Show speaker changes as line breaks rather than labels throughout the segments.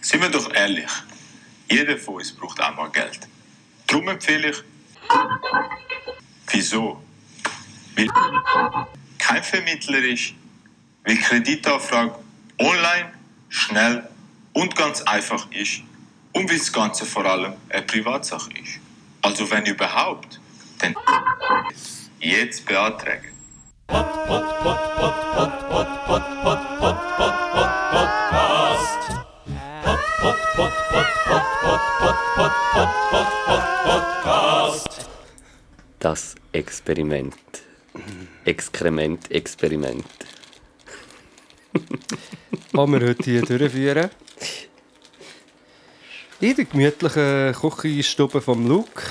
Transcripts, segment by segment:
Sind wir doch ehrlich, jeder von uns braucht einmal Geld. Darum empfehle ich. Wieso? Weil kein Vermittler ist, weil Kreditanfrage online, schnell und ganz einfach ist und weil das Ganze vor allem eine Privatsache ist. Also wenn überhaupt, dann jetzt beantragen.
Das Experiment. Exkrement, Experiment.
was wir heute hier durchführen. In der gemütlichen Küchenstube von Luke.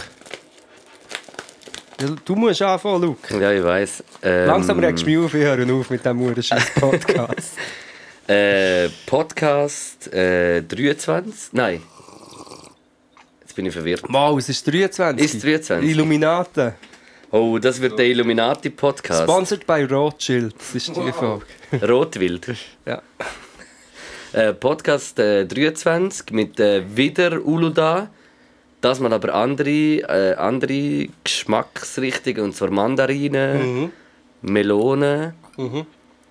Ja, Du musst anfangen, Luke.
Ja, ich weiß. Ähm,
Langsam regst du mich auf, ich höre auf mit diesem Uhrenscheiss-Podcast.
Äh, Podcast äh, 23? Nein. Jetzt bin ich verwirrt.
wow, es ist 23.
Ist 23.
Illuminate.
Oh, das wird der Illuminati-Podcast.
Sponsored by Rothschild. Das ist die Folge.
Rotwild.
Ja.
Äh, Podcast äh, 23 mit äh, wieder Uluda. Das mal aber andere, äh, andere Geschmacksrichtungen, und zwar Mandarinen, Melonen. Mhm.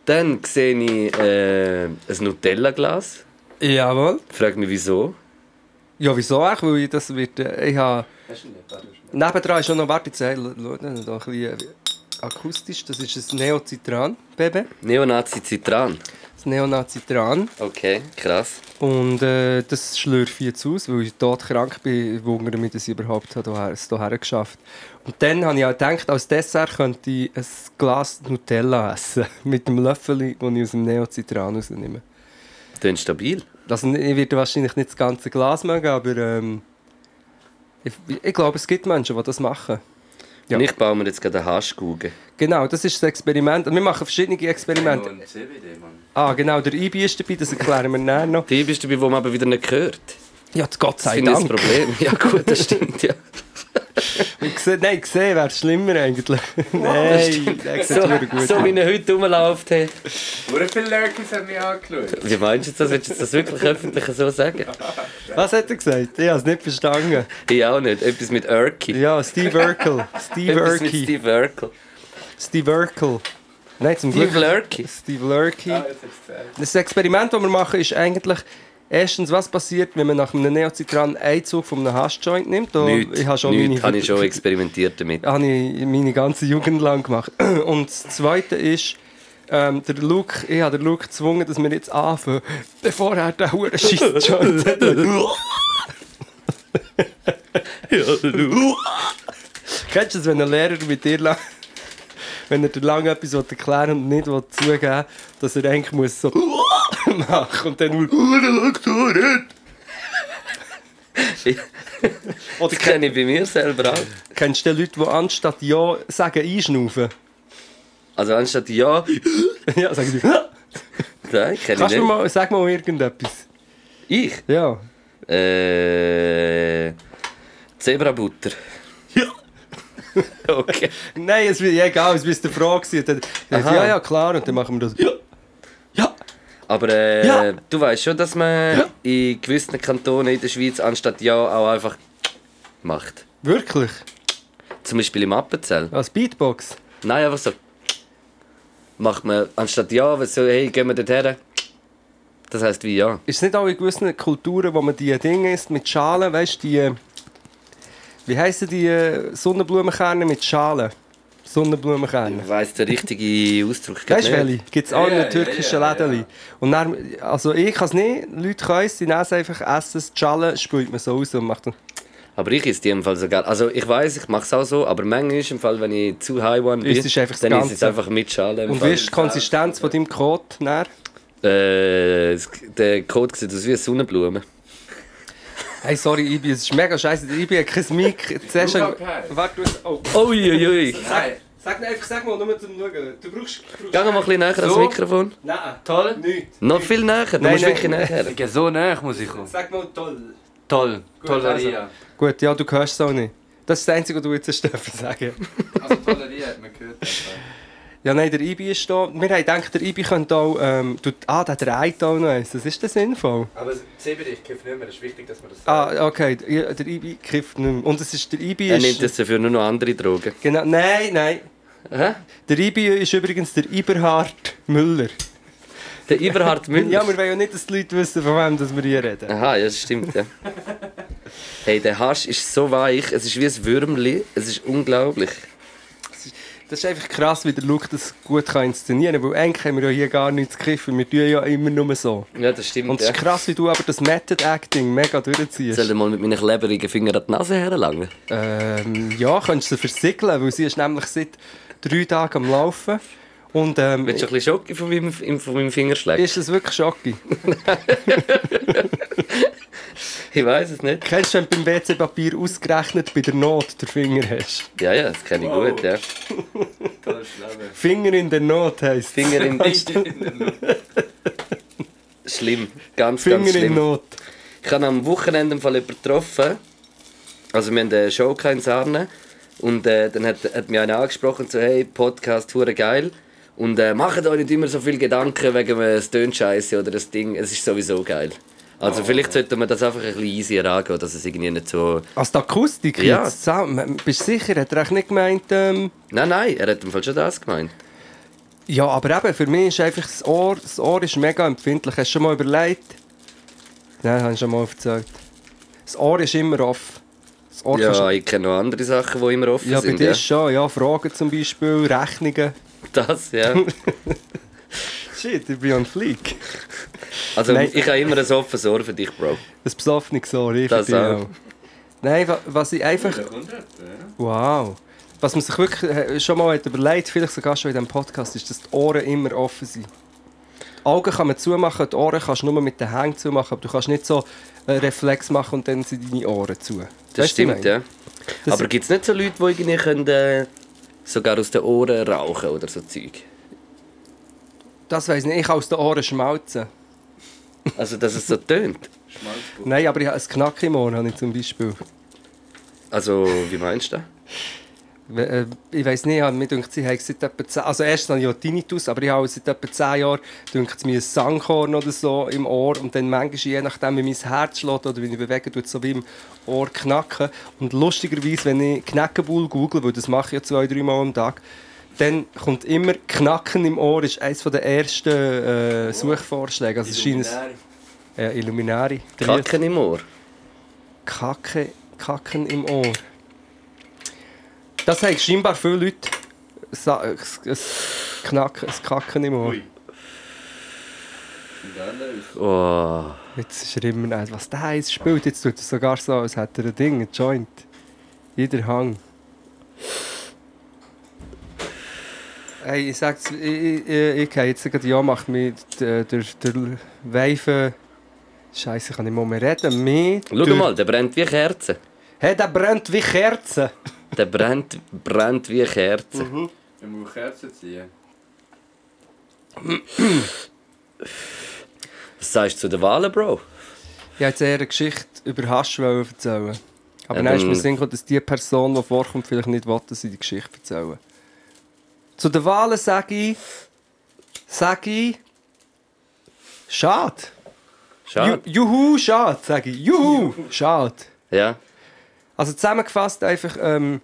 Dann sehe ich äh, ein Nutella-Glas.
Jawohl.
Frag mich wieso.
Ja, wieso auch? Weil ich das wird... äh, Ich habe... Nebendran ist schon noch... Warte, jetzt schau noch ein bisschen äh, akustisch. Das ist ein Neocitran, Baby.
Neonazi-Zitran.
Das Neonazitran.
Okay, krass.
Und äh, das schlürfe ich jetzt aus, weil ich tot krank bin. Ich wundere mich, dass ich überhaupt hierher, es hierher geschafft habe. Und dann habe ich auch gedacht, als Dessert könnte ich ein Glas Nutella essen. Mit dem Löffel, den ich aus dem Neocitran rausnehme.
Tönt stabil.
Also, ich werde wahrscheinlich nicht das ganze Glas mögen, aber ähm, ich, ich glaube, es gibt Menschen, die das machen. Ja.
Und ich baue mir jetzt gerade einen Haschkuchen.
Genau, das ist das Experiment. Und wir machen verschiedene Experimente.
Und CBD, Mann.
Ah, genau, der IB ist dabei, das erklären wir nachher noch.
Die bist du dabei, wo man aber wieder nicht hört.
Ja, Gott
Das
sei
finde ich das
Dank.
Problem. Ja gut, das stimmt, ja.
Ich sehe, nein, gesehen wäre schlimmer eigentlich. nein, das
So,
sieht wieder gut
so wie er heute rumläuft. Hey.
Wurde viele Lurkis haben mich angeschaut.
Wie meinst du das? Willst du das wirklich öffentlich so sagen?
Was hat er gesagt? Ich habe es nicht verstanden.
Ich auch nicht. Etwas mit Erki.
Ja, Steve Urkel. Steve
Etwas mit
Urki.
Steve Urkel.
Steve Urkel. Nein, zum
Steve
Glück.
Lurky.
Steve Lurky.
Ah, Jetzt hast du gesagt.
Das Experiment, das wir machen, ist eigentlich erstens, was passiert, wenn man nach einem Neocitran einen Zug von einem Haschjoint nimmt. Da,
Nichts.
Ich habe schon
Nichts.
meine
Habe ich schon experimentiert damit.
habe ich meine ganze Jugend lang gemacht. Und das Zweite ist, ähm, der Luke, ich habe den Luke gezwungen, dass wir jetzt anfangen, bevor er den huren Scheiss Joint hat. Kennst du das, wenn ein Lehrer mit dir lang, wenn er dir lange etwas will erklären und nicht will zugeben will, dass er eigentlich muss so machen und dann
Das kenne ich bei mir selber auch.
kennst du die Leute, die anstatt Ja sagen, einschnaufen?
Also anstatt ja,
Ja, sagen sie,
nein, kenne ich
kannst du mir
nicht.
mal, sag mal irgendetwas.
Ich?
Ja.
Äh. Zebrabutter. Ja. Okay.
Nein, es wird ja egal, es bist du froh gewesen. Dann, dann,
Aha.
ja, ja, klar, und dann machen wir das. Ja. Ja.
Aber äh,
Ja.
du weißt schon, dass man in gewissen Kantonen in der Schweiz anstatt ja auch einfach macht.
Wirklich?
Zum Beispiel im Appenzell.
Als Beatbox?
Nein, einfach so. Macht man anstatt ja, wenn so, hey, gehen wir dort her. Das heisst wie ja.
Ist es nicht auch in gewissen Kulturen, wo man die Dinge isst mit Schalen, weißt du, die... äh, Wie heissen die äh, Sonnenblumenkerne mit Schalen? Sonnenblumenkerne.
Ich weiss den richtigen Ausdruck
Weißt
gerade
du welche?
nicht.
Gibt es auch in
Ja,
den türkischen
ja, ja,
Läden. Und dann, also ich kann es nicht, Leute können es, sie nehmen es einfach, essen es, die Schalen spült man so raus und macht dann...
Aber ich esse die im Fall so gerne. Also ich weiss, ich mache es auch so, aber manchmal ist im Fall, wenn ich zu high one bin,
Isst es einfach das
dann ist es
Ganze.
einfach mit Schale. im
Und
Fall.
wie ist die Konsistenz von deinem Kot? Dann?
Äh, es- der Code sieht aus wie eine Sonnenblume.
Hey, sorry, Ibi, es ist mega scheiße. Ibi hat kein Mic. Zuerst
Luca, Kai.
Warte, du oh.
Uiuiui. Geh
Nein.
Sag mir einfach, sag mal, nur zum Schauen. Du brauchst. brauchst
noch mal ein bisschen näher ans
So.
Mikrofon.
Nein, toll. Nicht.
Noch viel näher, du
Nein,
musst
nein.
wirklich näher.
Ich gehe so näher, muss ich kommen.
Sag mal toll.
Toll.
Tolleria.
Tolleria.
Gut, ja, du hörst es auch nicht. Das ist das Einzige, was du jetzt hast dürfen sagen.
Also Tolleria hat man gehört.
Ja, nein, der Ibi ist da. Wir haben gedacht, der Ibi könnte auch... Ähm, tut, ah, der dreht auch noch eins. Das ist das sinnvoll.
Aber Seberi, ich kiff nicht mehr. Es ist wichtig, dass man das sagt.
Ah, okay. Ja, der Ibi kifft nicht mehr. Und es ist der Ibi
Er
ist...
nimmt jetzt dafür nur noch andere Drogen.
Genau, nein, nein.
Hä?
Der Ibi ist übrigens der Iberhard Müller.
Der Eberhard Müller.
Ja, wir wollen ja nicht, dass die Leute wissen, von wem dass wir hier reden.
Aha, ja, das stimmt, ja. Hey, der Hasch ist so weich, es ist wie ein Würmli, es ist unglaublich.
Das ist einfach krass, wie der Luke das gut kann inszenieren kann, weil eigentlich haben wir ja hier gar nichts gekiffen. Wir tun ja immer nur so.
Ja, das stimmt,
Und es
ja.
ist krass, wie du aber das Method-Acting mega
Soll
durchziehst.
ich mal mit meinen kleberigen Fingern an die Nase herlangen?
Ähm, ja, könntest du sie versiegeln, weil sie ist nämlich seit drei Tagen am Laufen. Und ähm,
Willst du ein bisschen Schocke von meinem, von meinem Fingerschlag?
ist es wirklich schocki.
Ich weiß es nicht.
Kennst du, wenn du beim WC-Papier ausgerechnet bei der Not den Finger hast?
Ja, ja, das kenne ich gut, ja.
Tolles Leben.
Finger in der Not heisst es.
Finger in... schlimm, ganz, ganz
Finger in
schlimm.
Not.
Ich habe am Wochenende im Fall jemanden getroffen. Also wir haben eine Show gehabt in Sarne. Und äh, dann hat, hat mich einer angesprochen, so «Hey, Podcast, hure geil!» Und äh, «Macht euch nicht immer so viel Gedanken wegen einem Stönscheiße oder das Ding, es ist sowieso geil.» Also
Ah,
vielleicht sollte man das einfach ein bisschen easier angehen, dass es irgendwie nicht so...
Also die Akustik
Ja.
jetzt zusammen, bist du sicher, hat er echt nicht gemeint, ähm,
Nein, nein, er hat im Fall schon das gemeint.
ja, aber eben, für mich ist einfach das Ohr, das Ohr ist mega empfindlich, hast du schon mal überlegt? Nein, habe ich schon mal erzählt. Das Ohr ist immer off. Das Ohr kannst
Ja,
du-
ich kenne noch andere Sachen, die immer offen
ja bei
sind.
dir schon, ja, Fragen zum Beispiel, Rechnungen.
Das, ja.
Shit, ich bin on fleek.
Also
Nein.
ich habe immer ein offenes Ohr für dich, Bro.
Das besoffenes Ohr, ich
Das
für dich
auch.
auch. Nein, wa- was ich einfach... Wow. Was man sich wirklich äh, schon mal hat überlegt, vielleicht sogar schon in diesem Podcast, ist, dass die Ohren immer offen sind. Die Augen kann man zumachen, die Ohren kannst du nur mit den Händen zumachen, aber du kannst nicht so einen Reflex machen und dann sind deine Ohren zu.
Das
Weisst du, was ich
stimmt,
meine?
ja.
Das-
Aber gibt es nicht so Leute, die irgendwie können, äh, sogar aus den Ohren rauchen oder so Zeug?
Das weiss ich nicht, ich kann aus den Ohren schmelzen.
Also, dass es so tönt.
Schmalzbuch.
Nein, aber ich habe ein Knack im Ohr, habe ich zum Beispiel.
Also, wie meinst du das?
We- äh, Ich weiss nicht, ich habe- mir denkt, sie haben seit etwa 10 Also erst habe ich auch Tinnitus, aber ich habe seit etwa 10 Jahren denkt, mir ein Sangkorn oder so im Ohr und dann manchmal, je nachdem, wie mein Herz schlägt oder wie ich bewege, tut es so wie im Ohr knacken. Und lustigerweise, wenn ich Knackenbull google, weil das mache ich ja zwei, drei Mal am Tag, dann kommt immer Knacken im Ohr, ist eines der ersten äh, Suchvorschläge. Also es scheint es... Äh, Illuminari.
Kacken im Ohr.
Kacke, Kacken im Ohr. Das haben scheinbar viele Leute. Sa- äh, s- s- Knacken, das Kacken im Ohr.
Ui. Und alles.
Oh.
Jetzt ist er immer nicht, was der heiß spielt. Jetzt tut er sogar so, als hätte er ein Ding, ein Joint. Jeder Hang. Hey, ich sag's, ich, ich, ich, ich gehe jetzt gerade ja, macht mich der, der, der Weife. Scheiße, ich kann nicht mal mehr reden. Mir.
Schau mal, der brennt wie Kerzen.
Hey, der brennt wie Kerzen.
Der brennt, brennt wie Kerzen.
Mhm.
Ich muss Kerzen ziehen.
Was sagst du zu den Wahlen, Bro?
Ich wollte jetzt eher eine Geschichte über Hasch wollen erzählen. Aber
Ja,
dann ist
dann-
mir Sinn gekommen, dass die Person, die vorkommt, vielleicht nicht will, dass sie die Geschichte erzählen. Zu den Wahlen sage ich... Sage ich... Schade. Ju,
Schade.
juhu, schade, sage ich. Juhu, schade.
Ja.
Also zusammengefasst einfach... Ähm,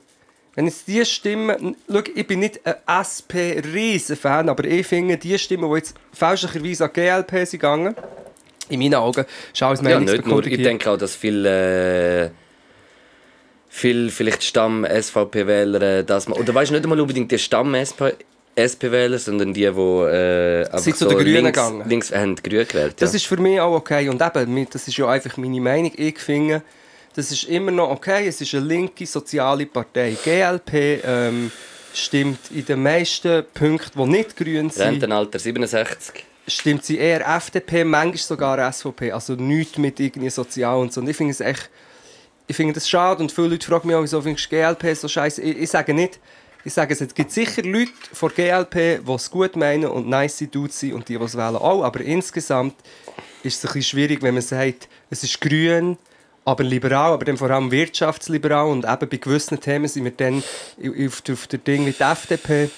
wenn jetzt die Stimmen... Schau, ich bin nicht ein SP-Riesen-Fan, aber ich finde, die Stimmen, die jetzt fälschlicherweise an GLP sind gegangen, in meinen Augen, ist alles
Ja, nicht nur.
Meinungsbekundung
Ich
hier.
denke auch, dass viele, äh, viel vielleicht Stamm-SVP-Wähler äh, das machen. Oder weißt du nicht einmal unbedingt die Stamm-SP-Wähler, sondern die, die äh, einfach
zu den Grünen
links,
gegangen?
links haben grün gewählt. Ja.
Das ist für mich auch okay. Und eben, mir- das ist ja einfach meine Meinung. Ich finde, das ist immer noch okay. Es ist eine linke soziale Partei. GLP ähm, stimmt in den meisten Punkten, die nicht grün sind,
Rentenalter 67.
stimmt sie eher FDP, manchmal sogar SVP. Also nichts mit irgendwie sozial und so. Und ich finde es echt, ich finde das schade. Und viele Leute fragen mich auch, wieso findest du GLP so scheiße? Ich, ich sage nicht, ich sage es, es gibt sicher Leute von GLP, die es gut meinen und nice Dudes sind und die, die es wählen, auch. Aber insgesamt ist es ein bisschen schwierig, wenn man sagt, es ist grün, aber liberal, aber dann vor allem wirtschaftsliberal und eben bei gewissen Themen sind wir dann auf, auf der Ding mit der FDP.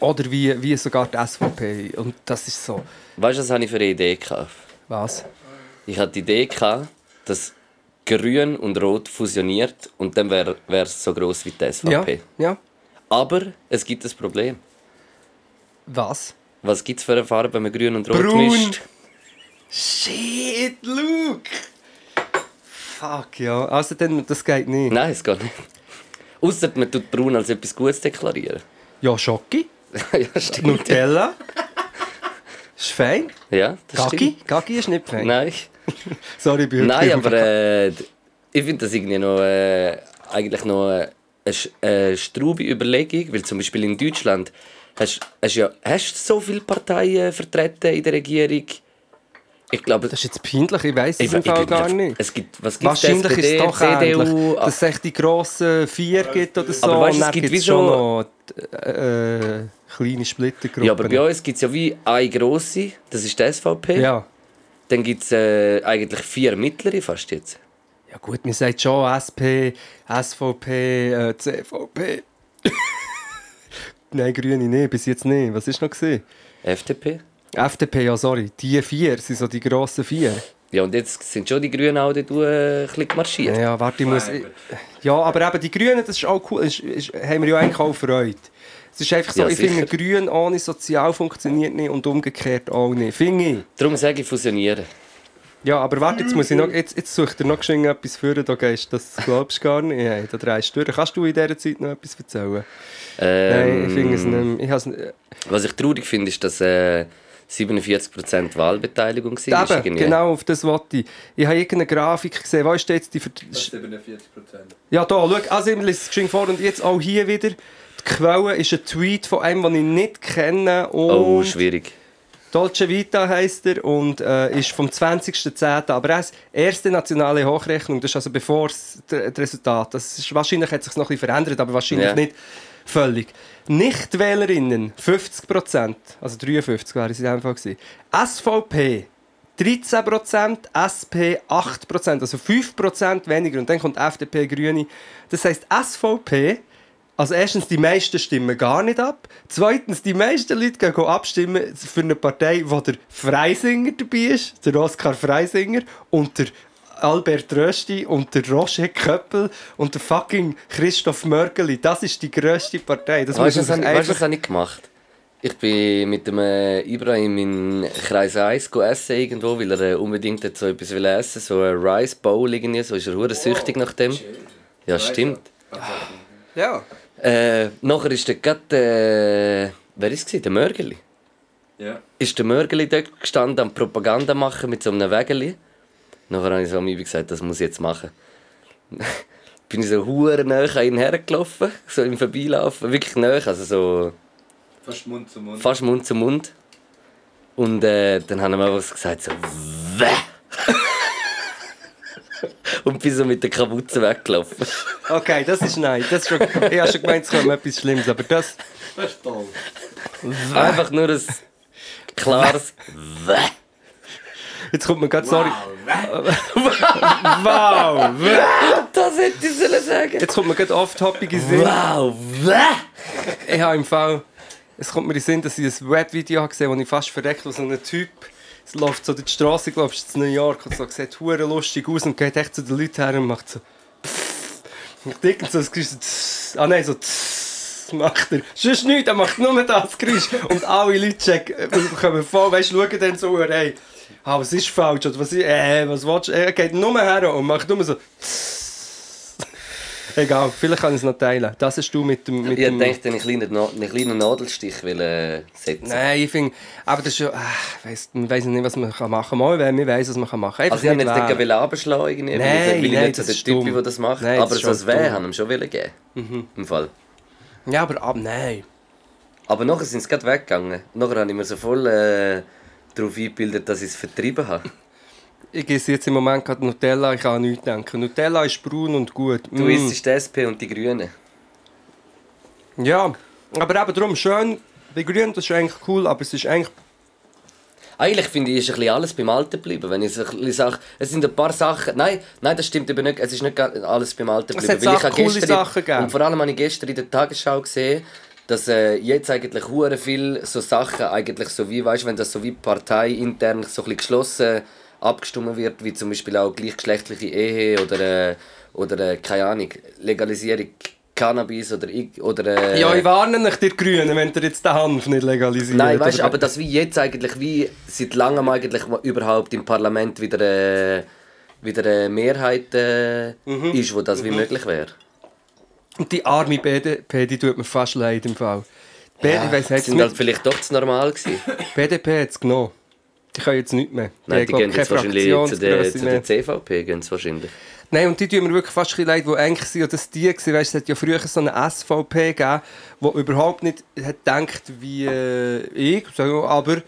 Oder wie, wie sogar die SVP. Und das ist so.
Weißt du, was habe ich für eine Idee gehabt?
Was?
Ich hatte die Idee gehabt, dass Grün und Rot fusioniert und dann wäre es so groß wie die
Ja.
SVP.
ja.
Aber es gibt ein Problem.
Was?
Was gibt es für eine Farbe, wenn man Grün und Rot
Braun.
mischt?
Shit, Luke! Fuck, ja. Also, dann, das geht nicht.
Nein, es geht nicht. Außer man tut Braun als etwas Gutes deklarieren.
Ja, Schocki,
ja, stimmt.
Nutella. ist fein.
Ja, das
Gaggi?
stimmt.
Gaggi ist nicht fein.
Nein,
Sorry, ich bin
Nein
wirklich-
aber äh, d- ich finde das irgendwie noch, äh, eigentlich noch äh, eine, Sch- eine straube Überlegung, weil zum Beispiel in Deutschland hast du ja, hast so viele Parteien äh, vertreten in der Regierung. Ich glaube,
Das ist jetzt peinlich, ich weiß es
ich-
im
ich
Fall
bin-
gar nicht.
Es gibt, was gibt's?
Wahrscheinlich ist
SPD,
es doch
CDU,
ähnlich, dass es echt die grossen vier gibt oder so.
ah. Aber weißt du,
und
es
dann
gibt
gibt's
wie so-
schon noch äh, äh, kleine Splittergruppen.
Ja, aber bei uns gibt es ja wie eine grosse, das ist die SVP.
Ja.
Dann gibt es äh, eigentlich vier mittlere fast jetzt.
Ja gut, man sagt schon SP, SVP, äh, CVP. Nein, Grüne nicht, bis jetzt nicht. Was ist noch gesehen?
FDP.
FDP, ja sorry. Die vier sind so die grossen vier.
Ja, und jetzt sind schon die Grünen auch dort äh, ein bisschen marschiert.
Ja, warte, ich muss. ich- Ja, aber eben die Grünen, das ist auch cool. Ist, ist, haben wir ja eigentlich auch Freude. Es ist einfach so,
Ja,
ich finde,
sicher.
Grün ohne Sozial funktioniert nicht und umgekehrt auch nicht. Finde ich.
Darum sage ich fusionieren.
Ja, aber warte, jetzt muss ich noch. Jetzt, jetzt sucht er noch geschwind etwas für, da gehst du, das glaubst du gar nicht. Hey, da drehst du durch. Kannst du in dieser Zeit noch etwas erzählen?
Ähm,
Nein, ich finde es nicht mehr. Ich has nicht-
Was ich traurig finde, ist, dass äh, 47% Wahlbeteiligung war. Ist
Eben,
irgendwie-
genau auf das wollte ich. Ich habe irgendeine Grafik gesehen. Wo ist jetzt die Vert
Das ist 47 Prozent.
Ja, da, schau, also ich lese es geschwind vor und jetzt auch hier wieder. Die Quelle ist ein Tweet von einem, den ich nicht kenne. Und
Oh, schwierig.
Dolce Vita heisst er und äh, ist vom 20.10. Aber er ist erste nationale Hochrechnung, das ist also bevor das das Resultat. Das ist, wahrscheinlich hat sich noch ein bisschen verändert, aber wahrscheinlich
Ja.
nicht völlig. Nichtwählerinnen 50%, also 53 wären es in dem Fall gewesen. SVP 13%, SP 8%, also 5% weniger. Und dann kommt FDP, Grüne. Das heisst, SVP also erstens, die meisten stimmen gar nicht ab. Zweitens, die meisten Leute gehen abstimmen für eine Partei, wo der Freisinger dabei ist, der Oskar Freisinger und der Albert Rösti und der Roger Köppel und der fucking Christoph Mörgeli. Das ist die grösste Partei. Das
Weißt du,
muss
was,
man
habe
sich
ich- weißt du, was
einfach...
habe ich gemacht? Ich bin mit dem äh, Ibrahim in Kreis 1 go essen irgendwo, weil er äh, unbedingt jetzt so etwas will essen so ein Rice Bowl irgendwie, so ist er hure süchtig nach dem. Ja, stimmt.
Ja.
Äh, nachher ist der gerade, äh, wer ist es? Der Mörgeli.
Ja.
Ist der Mörgeli dort gestanden am Propaganda machen mit so einem Wägeli. Nachher habe ich so am Übung gesagt, das muss ich jetzt machen. Bin ich so hure näher an ihn hergelaufen, so im Vorbeilaufen, wirklich näher, also so
Fast Mund zu Mund.
fast Mund zu Mund. Und äh, dann haben wir mal was gesagt, so «Wäh!» Und bin so mit der Kapuze weggelaufen.
Okay, das ist nein. Das ist schon... Ich habe schon gemeint, es kommt etwas Schlimmes, aber das...
Das ist toll.
Einfach nur ein klares «Wäh!»
Jetzt kommt man gerade... Sorry.
Wow.
Wow!
Das hätte ich sollen sagen
Jetzt kommt man gerade off-topic in den Sinn.
Wow, «Wäh!»
Ich habe im Fall, es kommt mir in den Sinn, dass ich ein Webvideo habe gesehen habe, wo ich fast verreckt habe, wo so ein Typ, es läuft so durch die Straße, glaubst du, in New York und so, sieht hure lustig aus und geht echt zu den Leuten her und macht so und denke so, das Geräusch so «Tss». ah nein, so «Tss» macht er, sonst nichts, er macht nur das Geräusch und alle Leute checken, äh, kommen voll, weißt du, schauen dann so, hey, ah, was ist falsch oder was ist, äh, was willst du, er geht nur her und macht nur so «Tss». Egal, vielleicht kann ich es noch teilen. Das hast du mit dem... Mit
Ich
dem
dachte, einen kleinen, Na einen kleinen Nadelstich will, äh, setzen.
Nein, ich finde, aber das ist ja, ach, weiss, man weiß nicht, was man kann machen kann. Mal, wenn man weiß, was man kann machen kann.
Also ich habe jetzt nicht
wählen.
wollen abschlagen, irgendwie,
Nein,
weil ich
nein,
nicht so
das
der
ist
Typ
dumm.
bin, der das macht.
Nein, das
aber
ist
so
schon
ein «Wäh»
dumm. Mhm.
haben wir ihm schon wollen geben. Im Fall.
Ja, aber ab, nein.
Aber nachher sind sie gerade weggegangen. Nachher habe ich mir so voll äh, darauf eingebildet, dass ich es vertrieben habe.
Ich esse jetzt im Moment gerade Nutella, ich kann an nichts denken. Nutella ist braun und gut.
Du
Mm.
isst die SP und die Grünen.
Ja, aber eben darum, schön, bei Grün, das ist eigentlich cool, aber es ist eigentlich...
Eigentlich finde ich, ist ein bisschen alles beim Alten geblieben. Wenn ich so ein bisschen sage, es sind ein paar Sachen. Nein, nein, das stimmt eben nicht. Es ist nicht ganz alles beim Alten
Es
geblieben.
hat Sachen-
ich habe
coole Sachen gegeben.
Und vor allem habe ich gestern in der Tagesschau gesehen, dass äh, jetzt eigentlich hure viel so Sachen eigentlich so wie weißt, wenn das so wie parteiintern so ein bisschen geschlossen abgestimmt wird, wie zum Beispiel auch gleichgeschlechtliche Ehe oder äh, oder äh, keine Ahnung Legalisierung Cannabis oder ich- oder äh,
Ja, ich warne euch, ihr Grünen, wenn ihr jetzt den Hanf nicht legalisiert.
Nein, weißt du,
oder-
aber dass wie jetzt eigentlich, wie seit langem eigentlich überhaupt im Parlament wieder, äh, wieder eine Mehrheit äh,
Mhm.
ist, wo das wie möglich wäre.
Und die arme BDP, die tut mir fast leid im Fall. B ich weiss, hat's
sind halt
mit,
vielleicht doch zu normal gewesen.
BDP hat es genommen. Die können jetzt nichts mehr.
Nein, die
haben,
gehen
glaub,
jetzt
keine
wahrscheinlich zu der,
Fraktionsgrösse
zu
mehr.
der CVP. Gehen sie wahrscheinlich.
Nein, und die tun mir wirklich fast ein bisschen leid, die eigentlich sind, ja das die waren. Weißt, es hat ja früher so eine SVP gegeben, die überhaupt nicht hat gedacht wie äh, ich, sag ich mal, aber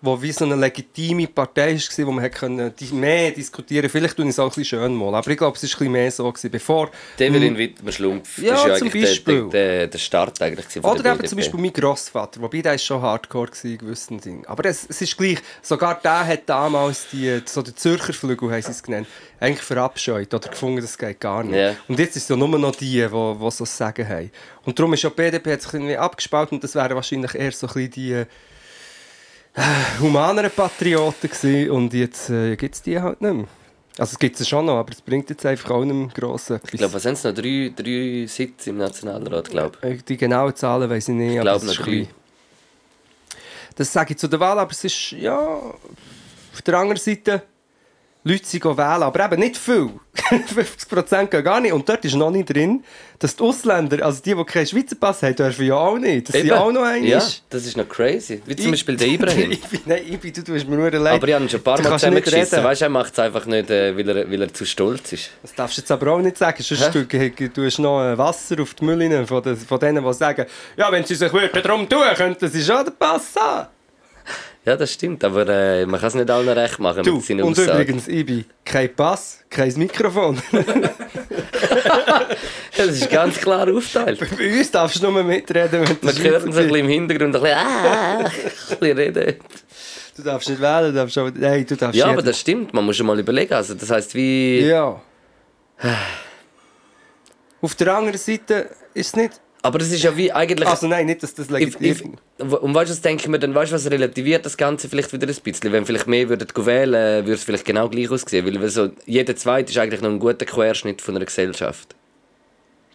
wo wie so eine legitime Partei war, wo man hat können, die mehr diskutieren Vielleicht tun ich es auch ein bisschen schön mal, aber ich glaube, es war ein bisschen mehr so. Gewesen, bevor,
Deverin Wittmer Schlumpf
Mhm. Ja,
ist ja
zum
eigentlich der- der,
Beispiel.
der, der Start eigentlich gewesen von
Oder
der
eben zum
BDP.
Beispiel mein Grossvater, wobei der ist schon hardcore gewesen, in gewissen Dingen. Aber es, es ist gleich, sogar der hat damals die, so den Zürcher Flügel, haben sie es genannt, eigentlich verabscheut oder gefunden, das geht gar nicht.
Ja.
Und jetzt ist es ja nur noch die, die, die so zu sagen haben. Und darum ist ja die BDP jetzt ein bisschen abgespalten und das wären wahrscheinlich eher so ein bisschen die äh, humaneren Patrioten gewesen und jetzt äh, gibt es die halt nicht mehr. Also es gibt es schon noch, aber es bringt jetzt einfach auch nicht mehr gross etwas.
Ich glaube, was sind es noch? Drei, drei Sitze im Nationalrat, glaube
Äh, Die genauen Zahlen weiß ich nicht,
ich.
aber
glaube
es ist
noch
klein.
drei.
Das sage ich zu der Wahl, aber es ist, ja, auf der anderen Seite, Leute sind gehen wählen, aber eben nicht viel. 50% gehen gar nicht. Und dort ist noch nicht drin, dass die Ausländer, also die, die keinen Schweizer Pass haben, dürfen ja auch nicht. Das sind
Eben.
auch noch einmal.
Ja, das ist noch crazy. Wie zum Beispiel der Ibrahim.
ich bin, nein, ich bin, du tust mir nur leid.
Aber ich habe ihn schon ein paar
Du
Mal
kannst nicht
zusammengeschissen.
reden.
Weißt du, er macht es einfach nicht, äh, weil, er, weil er zu stolz ist.
Das darfst du jetzt aber auch nicht sagen, sonst
Hä?
du, du tust noch äh, Wasser auf die Müllinen von, den- von denen, die sagen, ja, wenn sie sich würden darum tun, könnten sie schon den Pass haben.
Ja, das stimmt, aber äh, man kann es nicht allen recht machen
Du,
mit seinen
und
Aussagen.
übrigens, ich bin kein Pass, kein Mikrofon.
Ja, das ist ganz klar aufteilt.
Bei uns darfst du nur mitreden, wenn du
Man
Schweizer
hört ihn so ein bisschen
bist.
im Hintergrund, ein bisschen, ah, ein bisschen reden.
Du darfst nicht wählen, du darfst aber... Nein, du darfst
Ja,
jeden-
aber das stimmt, man muss schon mal überlegen. Also, das heisst, wie.
Ja. Auf der anderen Seite ist es nicht...
Aber es ist ja wie eigentlich.
Also nein, nicht, dass das
If, if,
legitim ist.
und weißt du, was denken wir dann? Weißt du, was relativiert das Ganze vielleicht wieder ein bisschen? Wenn vielleicht mehr würden gehen wählen, würde es vielleicht genau gleich aussehen. Weil weil so, jeder Zweite ist eigentlich noch ein guter Querschnitt von einer Gesellschaft.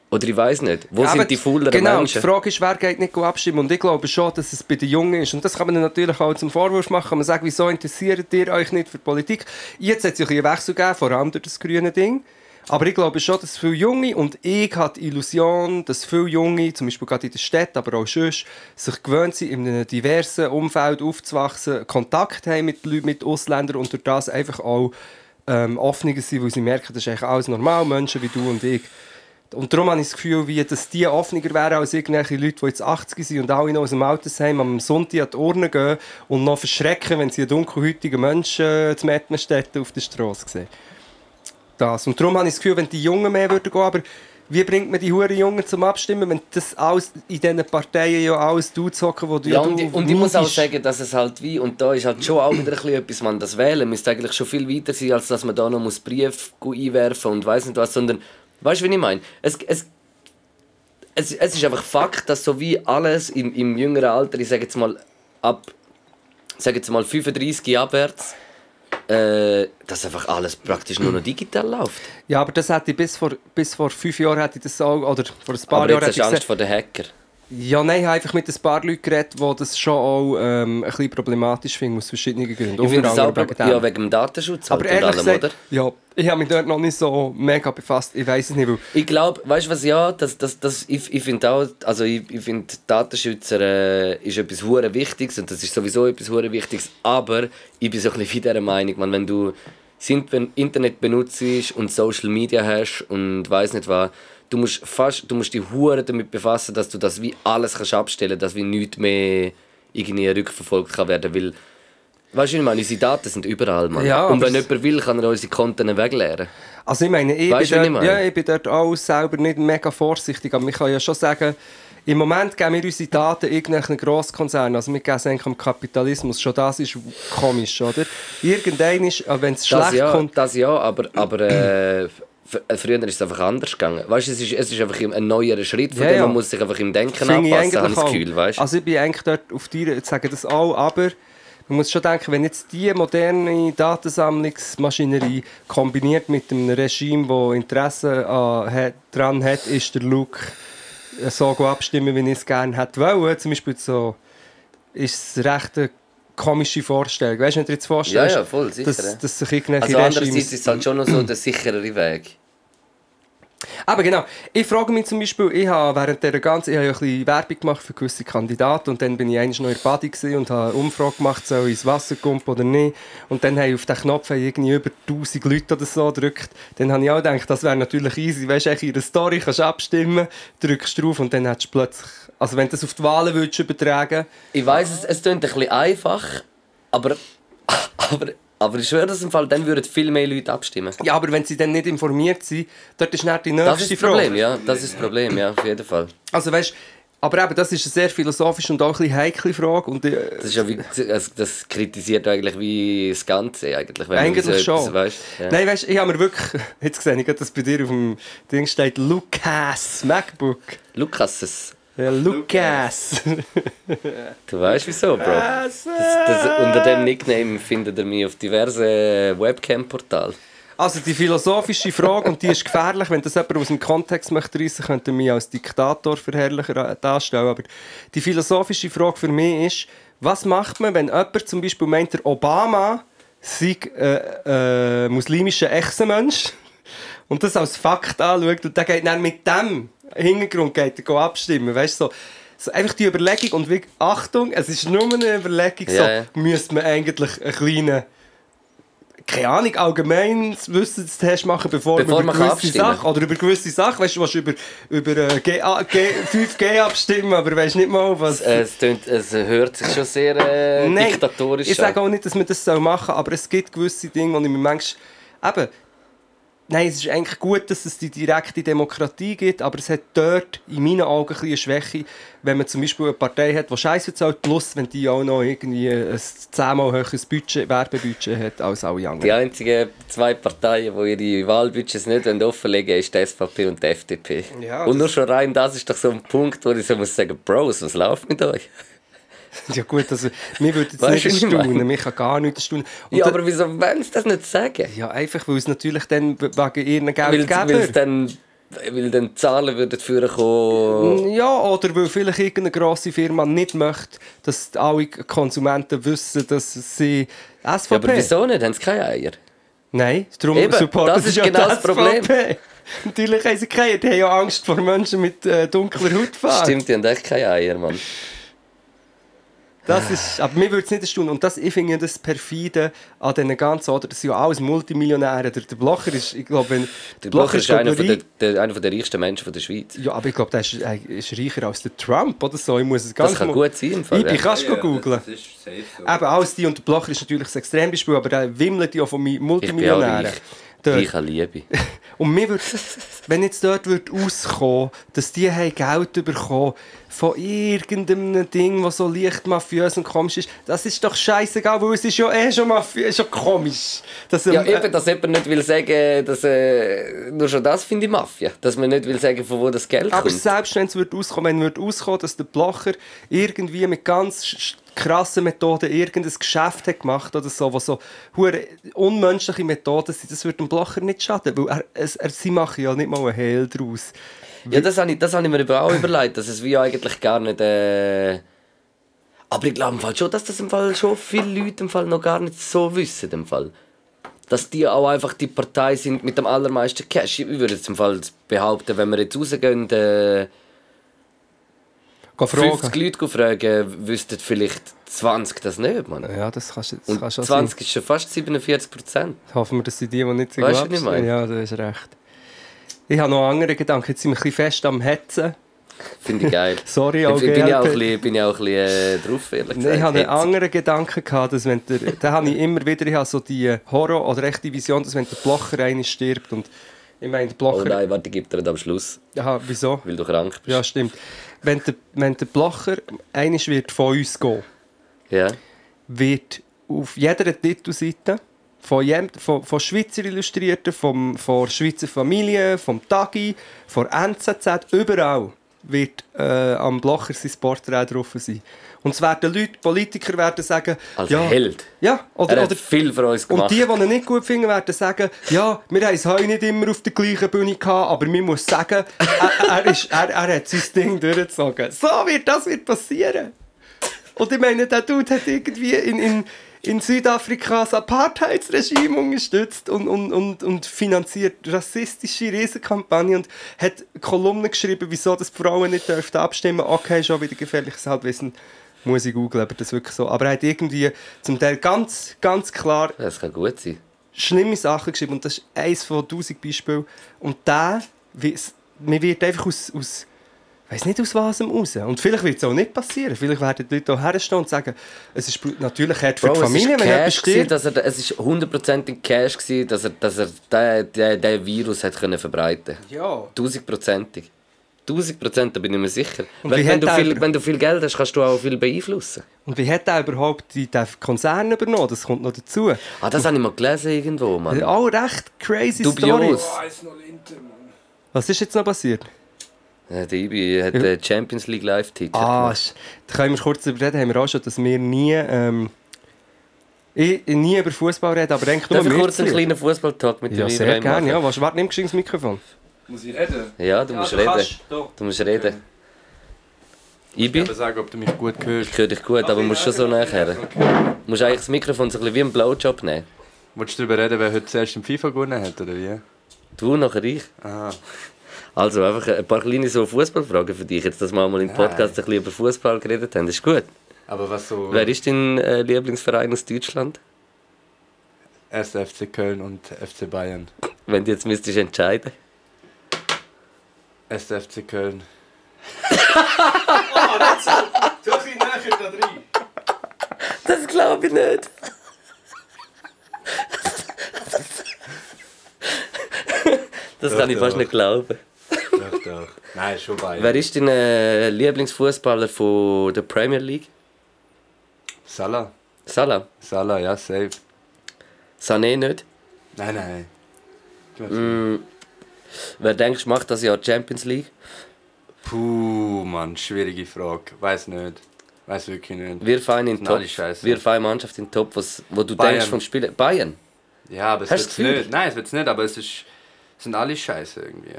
Oder ich weiß nicht. Wo
Aber
sind die fauleren
genau,
Menschen?
die Frage ist, wer geht nicht abstimmen? Und ich glaube schon, dass es bei den Jungen ist. Und das kann man dann natürlich auch zum Vorwurf machen. Kann Man sagt, wieso interessiert ihr euch nicht für Politik? Jetzt hat es ja ein bisschen einen Wechsel gegeben, vor allem durch das grüne Ding. Aber ich glaube schon, dass viele Junge, und ich habe die Illusion, dass viele Junge, zum Beispiel gerade in der Stadt, aber auch sonst, sich gewöhnt sind, in einem diversen Umfeld aufzuwachsen, Kontakt haben mit Leuten, mit Ausländern und durch das einfach auch ähm, offener sind, weil sie merken, das ist eigentlich alles normal, Menschen wie du und ich. Und darum habe ich das Gefühl, wie, dass die offener wären als irgendwelche Leute, die jetzt 80 sind und alle noch aus dem Altersheim am Sonntag an die Urne gehen und noch verschrecken, wenn sie einen dunkelhäutigen Menschen äh, zu Mettenstädten auf der Straße sehen. Das. Und darum habe ich das Gefühl, wenn die Jungen mehr würden gehen, aber wie bringt man die huren Jungen zum Abstimmen, wenn das alles in diesen Parteien ja alles du zocken, wo du
Ja,
du
und, und ich muss auch
mutest.
sagen, dass es halt wie, und da ist halt schon auch wieder ein bisschen etwas, man das Wählen müsste eigentlich schon viel weiter sein, als dass man da noch muss Brief einwerfen und weiß nicht was, sondern, weißt du, wie ich meine? Es, es, es, es ist einfach Fakt, dass so wie alles im, im jüngeren Alter, ich sage jetzt mal ab, sage jetzt mal 35 abwärts, äh, dass einfach alles praktisch nur noch digital läuft.
Ja, aber das hätte ich bis vor, bis vor fünf Jahren hätte ich das auch, oder vor ein paar
Aber
Jahren
jetzt hast du
hätte ich
Angst
gesagt,
vor den Hacker.
Ja, nein, ich habe einfach mit ein paar Leuten geredet, die das schon auch ähm, ein bisschen problematisch finden, aus verschiedenen Gründen.
Ich finde es auch
wegen dem.
ja, wegen dem Datenschutz halt
Aber ehrlich
und allem,
gesagt,
oder?
ja, ich habe mich dort noch nicht so mega befasst. Ich weiß es nicht, weil
Ich glaube, weißt du was, ja, das, das, das, ich, ich finde auch, also ich, ich finde Datenschützer äh, ist etwas hure Wichtiges und das ist sowieso etwas hure Wichtiges, aber ich bin so ein bisschen wieder der Meinung, man, wenn du das Int- wenn Internet benutzt und Social Media hast und weiß nicht was, du musst fast, du musst dich hure damit befassen, dass du das wie alles kannst abstellen, dass wie nichts mehr irgendwie rückverfolgt kann werden, weil Weißt du, ich meine, unsere Daten sind überall, Mann.
Ja,
und
aber
wenn
es-
jemand will, kann er unsere Konten wegleeren.
Also ich meine, ich,
Weißt du, wie
bin
ich
dort,
meine?
ja, ich bin dort auch selber nicht mega vorsichtig, aber ich kann ja schon sagen, im Moment geben wir unsere Daten irgendeinem Grosskonzern, also wir geben es eigentlich am Kapitalismus, schon das ist komisch, oder? Irgendein ist, wenn es
Das
schlecht
ja,
kommt,
das ja, aber, aber äh, Fr- äh, Früher ist es einfach anders gegangen. Weißt du, es ist, es ist einfach ein neuerer Schritt, von
Ja,
dem man
ja.
muss sich einfach im Denken
Finde
anpassen,
ich
habe ich
eigentlich
das
auch.
Gefühl, weißt du?
Also ich bin eigentlich dort auf dir, jetzt sagen das auch, aber man muss schon denken, wenn jetzt die moderne Datensammlungsmaschinerie kombiniert mit einem Regime, das Interesse an, hat, daran hat, ist der Look so gut abstimmen, wie ich es gerne hätte wollen. Zum Beispiel so ist es recht eine komische Vorstellung. Weißt du, wenn du dir jetzt
Ja,
vorstellst,
ja, voll, sicher.
dass, dass sich irgendwelche
also
Regimes-
andererseits ist es halt schon noch so der sicherere Weg.
Aber genau, ich frage mich zum Beispiel, ich habe während dieser ganzen, ich habe ja ein bisschen Werbung gemacht für gewisse Kandidaten und dann bin ich einmal noch in der Party gewesen und habe eine Umfrage gemacht, soll ich ins Wasser kommen oder nicht. Und dann habe ich auf den Knopf haben irgendwie über 1000 Leute oder so gedrückt. Dann habe ich auch gedacht, das wäre natürlich easy, weißt du, eigentlich in der Story kannst du abstimmen, drückst drauf und dann hättest du plötzlich, also wenn du das auf die Wahlen würdest übertragen,
Ich weiß es, es klingt ein bisschen einfach, aber, aber, aber ich schwöre das im Fall, dann würden viel mehr Leute abstimmen.
ja, aber wenn sie dann nicht informiert sind, dort ist dann die nächste
Das ist das
Frage.
Problem, ja. Das ist das Problem, ja, auf jeden Fall.
Also weißt, aber eben, das ist eine sehr philosophische und auch ein bisschen heikle Frage und äh,
Das ist ja wie, also das kritisiert eigentlich wie das Ganze eigentlich. Wenn
Eigentlich
man so
schon.
Etwas, weißt, ja.
Nein, weißt du, ich habe mir wirklich. Jetzt sehe ich gerade, dass bei dir auf dem Ding steht Lukas MacBook.
Lukas, das,
Ja, Lukas.
du weißt wieso, Bro. Das, das, unter dem Nickname findet ihr mich auf diversen Webcam-Portalen.
Also die philosophische Frage, und die ist gefährlich, wenn das jemand aus dem Kontext möchte reissen, könnte er mich als Diktator verherrlicher darstellen. Aber die philosophische Frage für mich ist, was macht man, wenn jemand zum Beispiel meint, der Obama sei äh, äh, muslimischer Echsenmensch und das als Fakt anschaut und der geht dann mit dem Hintergrund geht er go abstimmen, weißt du, so. So, einfach die Überlegung und wirklich, Achtung, es ist nur eine Überlegung, so,
Ja, ja.
müsste man eigentlich einen kleinen keine Ahnung, allgemeines Wissenstest machen, bevor,
Bevor man kann abstimmen.
Sachen, oder über gewisse Sachen, weißt du, du willst über, über äh, G, A, G, 5G abstimmen, aber weißt nicht mal, was...
Äh, Es, tönt, es hört sich schon sehr äh, diktatorisch
ich sage auch nicht, dass man das so machen soll, aber es gibt gewisse Dinge, die ich mir manchmal... Eben, nein, es ist eigentlich gut, dass es die direkte Demokratie gibt, aber es hat dort in meinen Augen ein bisschen eine Schwäche, wenn man zum Beispiel eine Partei hat, die Scheiße zahlt, plus wenn die auch noch irgendwie ein zehnmal höheres Budget, Werbebudget hat als alle anderen.
Die einzigen zwei Parteien, die ihre Wahlbudgets nicht wollen offenlegen wollen, ist die SVP und die FDP.
Ja,
und nur
das-
schon rein das ist doch so ein Punkt, wo ich so muss sagen, Bros, was läuft mit euch?
Ja gut, also mir würde jetzt
Weißt du,
nicht
was ich meine?
erstaunen, mich kann gar nicht erstaunen. Und
Ja,
da-
aber wieso wollen sie das nicht sagen?
ja, einfach, weil es natürlich dann wegen ihren
Weil, weil es
Geldgeber...
dann, weil dann Zahlen würden führen kommen.
Ja, oder weil vielleicht irgendeine grosse Firma nicht möchte, dass alle Konsumenten wissen, dass sie
Ja,
SVP...
aber wieso nicht? Haben sie keine Eier?
Nein, darum
Eben,
supporten
das
sie
ist
ja
genau
die
das Problem.
SVP. Natürlich haben sie keine, die haben ja Angst vor Menschen mit äh, dunkler Hautfarbe.
Stimmt, die haben echt keine Eier, Mann.
Das ist, aber mir würde es nicht erstaunen. Und das, ich finde das perfide an diesen ganzen, oder? Das sind ja alles Multimillionäre. Der, der Blocher ist, ich glaube, wenn...
Der Blocher ist einer
glaub
von
ich,
der, der, einer von der reichsten Menschen von der Schweiz.
Ja, aber ich glaube, der ist, er ist reicher als der Trump oder so. Ich muss es ganz
Das kann
mal-
gut sein, im Fall,
Ich, ich
ja.
kann es
Ja, ja,
googeln.
Das ist safe so.
Eben, alles die und der Blocher ist natürlich ein Extrembeispiel, aber der wimmelt ja von mi-
Ich bin auch
Multimillionären.
reich.
Dort.
Ich habe Liebe.
Und mir würde, wenn jetzt dort würde rauskommen, dass die haben Geld bekommen von irgendeinem Ding, das so leicht mafiös und komisch ist, das ist doch scheißegal, weil es ist ja eh schon mafiös, schon komisch. Dass,
Ja,
ähm, äh,
eben, dass jemand nicht will sagen, dass... Äh, nur schon das finde ich Mafia. Dass man nicht will sagen, von wo das Geld
Aber
kommt.
selbst wenn es würde rauskommen, wenn würde rauskommen, dass der Blocher irgendwie mit ganz sch- krassen Methoden irgendein Geschäft hat gemacht oder so, was so hure unmenschliche Methoden sind, das würde dem Blocher nicht schaden, weil er, es, er, sie machen ja nicht mal einen Hehl draus.
Ja, das habe ich, das hab ich mir eben auch überlegt, dass es wie eigentlich gar nicht... Äh... Aber ich glaube im Fall schon, dass das im Fall schon viele Leute im Fall noch gar nicht so wissen. Im Fall. Dass die auch einfach die Partei sind mit dem allermeisten Cash. Ich würde jetzt im Fall behaupten, wenn wir jetzt rausgehen... Äh...
Geh fragen.
50 Leute fragen, wüssten vielleicht 20 das nicht, Mann.
Ja, das kannst du das
Und
kannst schon
20 ist schon fast 47 Prozent.
sein. Hoffen wir, dass sie die, die nicht sind,
Weißt du, was ich
glaubst.
meine?
Ja, du hast recht. Ich habe noch einen anderen Gedanken. Jetzt sind wir ein bisschen fest am Hetzen.
Finde ich geil.
Sorry,
ich
auch
bin ja auch
GLP.
ein bisschen, bin ja auch ein bisschen äh, drauf, ehrlich gesagt.
Ich hatte einen
Jetzt-
anderen Gedanken, gehabt, dass wenn der, da habe ich immer wieder ich habe so die Horror- oder echte Vision, dass wenn der Blocher einmal stirbt und ich meine, der
Oh
Blocher...
nein, warte, gib dir das am Schluss,
Aha, wieso?
weil du krank bist.
Ja, stimmt. Wenn der, wenn der Blocher einmal wird von uns gehen,
Ja.
wird auf jeder Titelseite Von, jem, von, von Schweizer Illustrierten, vom, von Schweizer Familie, vom Tagi, von NZZ, überall wird äh, am Blocher sein Porträt drauf sein. Und es werden Leute, Politiker werden sagen...
Als
ja,
Also Held.
Ja,
er
oder,
hat
oder
viel für uns
und
gemacht.
die, die ihn nicht gut finden, werden sagen, ja, wir haben es heute nicht immer auf der gleichen Bühne gehabt, aber man muss sagen, er, er, ist, er, er hat sein Ding durchgezogen. So wird das wird passieren. Und ich meine, der Dude hat irgendwie in, in, in Südafrika das Apartheidsregime unterstützt und, und, und, und finanziert rassistische Riesenkampagnen und hat Kolumnen geschrieben, wieso das Frauen nicht dürfen abstimmen Okay, schon wieder gefährliches Halbwissen. Muss ich googeln, aber das ist wirklich so. Aber er hat irgendwie zum Teil ganz, ganz klar
das kann gut sein.
schlimme Sachen geschrieben und das ist eins von tausend Beispielen. Und der, wie es- man wird einfach aus, aus weiß nicht aus was raus. Und vielleicht wird es auch nicht passieren. Vielleicht werden die Leute auch herstehen und sagen, es ist br- natürlich hart für
Bro,
die Familie,
es
wenn
war
jemand
Cash, gewesen,
stirbt.
dass er, es ist 100% Cash, gewesen, dass er, dass er den, den, den Virus hat können verbreiten konnte.
Ja.
Tausendprozentig. Tausendprozentig, da bin ich mir sicher.
Und
Wenn,
wie
wenn,
hat
du
er
viel,
über-
wenn du viel Geld hast, kannst du auch viel beeinflussen.
Und wie hat er überhaupt die, den Konzern übernommen? Das kommt noch dazu.
Ah, das habe ich mal gelesen irgendwo, Mann.
Auch recht crazy
Dubios.
Oh,
Stories.
Ah, ist noch Linte, Mann.
Was ist jetzt noch passiert?
Äh, Der Ibi hat äh, Champions League Live-Ticket
Ah,
gemacht.
sch- da können wir kurz darüber reden, haben wir auch schon, dass wir nie, ähm, ich, nie über Fußball reden, aber eigentlich nur
Darf ich
wir
kurz einen
zwei.
kleinen Fußball-Talk mit
Ja,
dem
sehr
Ibrahim
gerne. Ja,
machen?
was warte, nimm geschwind das Mikrofon.
Muss ich reden?
Ja, du musst reden.
Doch.
Du musst reden.
Ich
Ibi,
kann sagen, ob du mich gut hörst.
ich höre dich gut, aber du musst schon so nachher.
Okay.
Du musst eigentlich das Mikrofon so ein bisschen wie ein Blowjob nehmen.
Wolltest du darüber reden, wer heute zuerst im FIFA gewonnen hat, oder wie?
Du, nachher ich.
Aha.
Also einfach ein paar kleine so Fußballfragen für dich. Jetzt, dass wir mal im Podcast ein bisschen über Fußball geredet haben, ist gut.
Aber was so...
Wer ist dein äh, Lieblingsverein aus Deutschland?
Erst FC Köln und FC Bayern.
Wenn du jetzt müsstest entscheiden.
Erst FC Köln.
Du bist näher da drin.
Das glaube ich nicht. Das kann ich fast nicht glauben.
Doch, doch. Nein, schon Bayern.
Wer ist dein äh, Lieblingsfußballer von der Premier League?
Salah.
Salah.
Salah, ja, safe.
Sané nicht.
Nein, nein.
Mm. Wer denkst, macht das Jahr Champions League?
Puh, Mann, schwierige Frage. Weiß nicht. Weiß wirklich nicht.
Wirf einen in den
Sind alle
Top.
Scheisse.
Wirf eine Mannschaft in den Top, was, wo du
Bayern.
denkst vom Spiel. Bayern.
Ja, aber es
Hast
wird's
du das Gefühl?
nicht. Nein, es wird's nicht, aber es ist. Es sind alle scheiße irgendwie.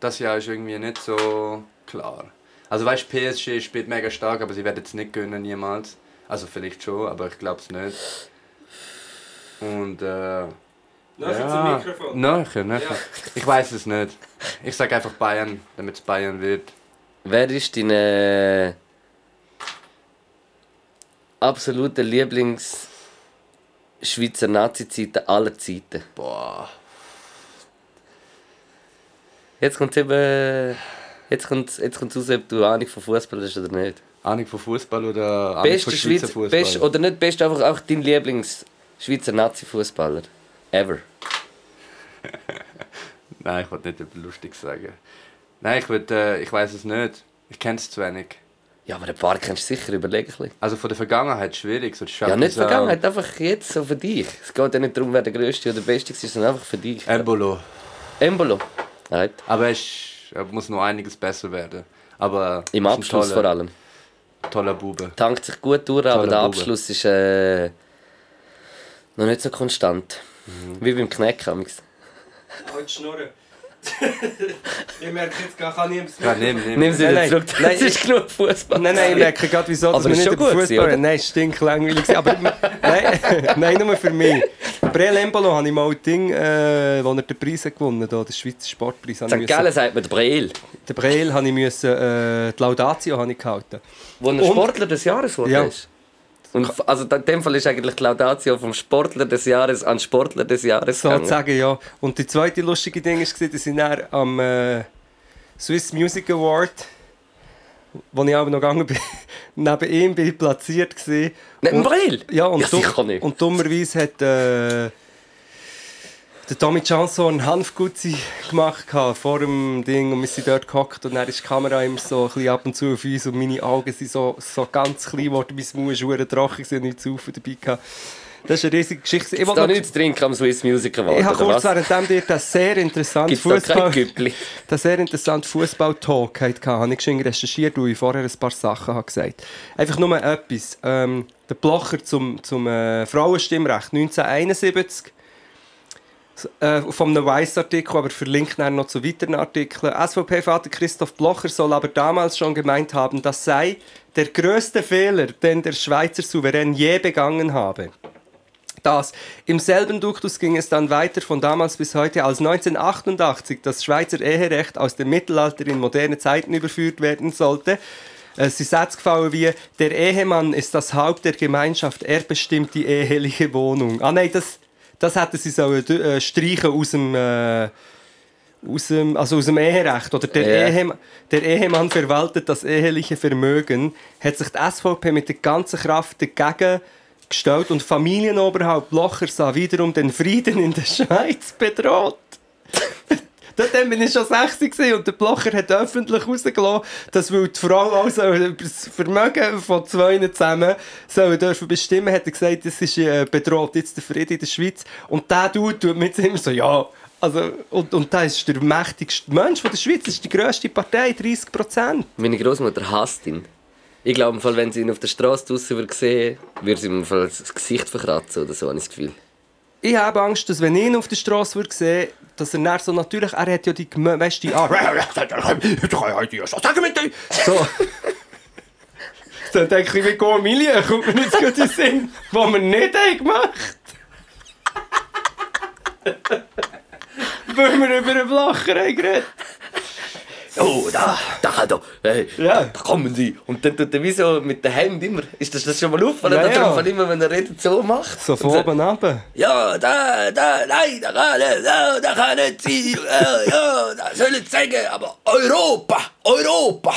Das Jahr ist irgendwie nicht so klar. Also weißt du, PSG spielt mega stark, aber sie werden es nicht gönnen niemals. Also vielleicht schon, aber ich glaube es nicht. Und äh.
Nachher zum Mikrofon.
Nachher, nachher. Ich weiß es nicht. Ich sag einfach Bayern, damit es Bayern wird.
Wer ist dein äh, absoluter Lieblings Schweizer Nazi-Zeiten aller Zeiten?
Boah.
Jetzt kommt eben. Jetzt kommt jetzt kommt's raus, ob du Ahnung von Fußball hast oder nicht.
Ahnung von Fußball oder Ahnung
Bester
von Schweizer
Schweizer. Best, oder nicht best, einfach auch dein Lieblings Schweizer Nazi-Fußballer. Ever.
Nein, ich wollte nicht etwas lustig sagen. Nein, ich würd, äh, ich weiß es nicht. Ich kenne es zu wenig.
Ja, aber ein paar kennst du sicher, überleg ein bisschen.
Also von der Vergangenheit schwierig. So die
Ja, nicht
Schattensau-
Vergangenheit, einfach jetzt, so für dich. Es geht ja nicht darum, wer der Größte oder der Beste war, sondern einfach für dich.
Embolo.
Embolo. Right.
Aber er ist- er muss noch einiges besser werden. Aber
Im
ist ein
Abschluss
toller,
vor allem.
Toller Bube.
tankt sich gut durch, aber
Toller
der
Bube.
Abschluss ist äh, noch nicht so konstant.
Mhm.
Wie beim Kneck amigs.
Halt schnurren. ich merke jetzt gar nicht mehr.
Ja, nimm, nimm.
Nimm sie wieder
Nein,
zurück,
nein,
das ist genug Fußball.
Nein, nein, ich merke gerade, wieso
Aber
dass wir
ist
nicht
schon
über
gut
Fußball
gewesen, oder?
reden. Nein, stinklangweilig. gewesen, Aber nein, nein, nur für mich. Brel Embolo habe ich mal ein Ding, äh, wo er den Preis hat gewonnen hat, den Schweizer Sportpreis. habe ich
St.
müssen-
Gallen sagt man Breel,
Den Brel habe ich müssen, äh, die Laudatio habe ich gehalten.
wo ein
Und-
Sportler des Jahres wurde.
Ja.
ist. Und f- also da- in dem Fall ist eigentlich die Laudatio vom Sportler des Jahres an Sportler des Jahres gegangen.
Sozusagen, ja. Und die zweite lustige Ding war, dass ich dann am äh, Swiss Music Award, wo ich aber noch gegangen bin, neben ihm bin ich platziert. Gewesen.
Nicht
Und-
Breel?
Ja, und,
Ja,
dumm-
sicher nicht.
und dummerweise hat äh, der Tommy Johnson einen Hanfgutzi gemacht gehabt, vor dem Ding und wir sind dort gehockt und dann ist die Kamera immer so ein bisschen ab und zu auf uns und meine Augen sind so, so ganz klein geworden, mein Mund war verdammt trocken, ich hatte nichts zu saufen dabei. Gehabt. Das ist eine riesige Geschichte. Ich
Ich
wollte
da
noch-
nicht zu trinken am Swiss Music Award,
Ich habe
oder
kurz
was?
währenddem dir das sehr interessante
Gibt es da kein
Fußball...
Güppli?
Das sehr interessante Fußball-Talk hatte, habe ich geschwind recherchiert, weil ich vorher ein paar Sachen habe gesagt Einfach nur etwas. Ähm, der Blocher zum, zum äh, Frauenstimmrecht 1971. S- Äh, vom einem Weiss-Artikel, aber verlinkt dann noch zu weiteren Artikeln. SVP-Vater Christoph Blocher soll aber damals schon gemeint haben, das sei der größte Fehler, den der Schweizer Souverän je begangen habe das. Im selben Duktus ging es dann weiter von damals bis heute, als 1988 das Schweizer Eherecht aus dem Mittelalter in moderne Zeiten überführt werden sollte. Äh, Es sind Sätze gefallen wie: Der Ehemann ist das Haupt der Gemeinschaft, er bestimmt die eheliche Wohnung. Ah, nein, das, das hätten sie sollen, äh, streichen aus dem. Äh, aus dem, also aus dem Eherecht oder der,
Ja.
Ehem- der Ehemann verwaltet das eheliche Vermögen, hat sich die SVP mit der ganzen Kraft dagegen gestellt und Familienoberhaupt Blocher sah wiederum den Frieden in der Schweiz bedroht. Dort war ich schon 60 gewesen und der Blocher hat öffentlich rausgelassen, dass weil die Frau also über das Vermögen von zwei zusammen sollen dürfen bestimmen, hat er gesagt, das ist äh, bedroht jetzt der Friede in der Schweiz. Und der Dude tut mir jetzt immer so, ja, also, und, und der ist der mächtigste Mensch von der Schweiz, das ist die grösste Partei, 30 Prozent.
Meine Großmutter hasst ihn. Ich glaube, im Fall, wenn sie ihn auf der Straße draußen würde sehen, würde sie ihm im Fall das Gesicht verkratzen oder so, habe ich das Gefühl.
Ich habe Angst, dass wenn ich ihn auf der Straße würde sehen, dass er dann so natürlich, er hat ja die, Gemö- weißt du, die Arme.
Oh,
So. Dann denke ich, wie geht Emilia? Kommt mir nicht gut in den Sinn, was wir nicht haben gemacht Weil wir über einen Blacher haben geredet.
Oh, da, da, da, hey,
Ja.
da kommen sie. Und dann tut er wie so mit den Händen immer, ist das, das schon mal aufgefallen,
Ja,
dass er
ja.
im Fall immer, wenn er redet, so macht?
So von oben runter.
Ja, da, da, nein, da kann nicht, da, da kann nicht sein, ja, ja, da sollen sie sagen, aber Europa, Europa.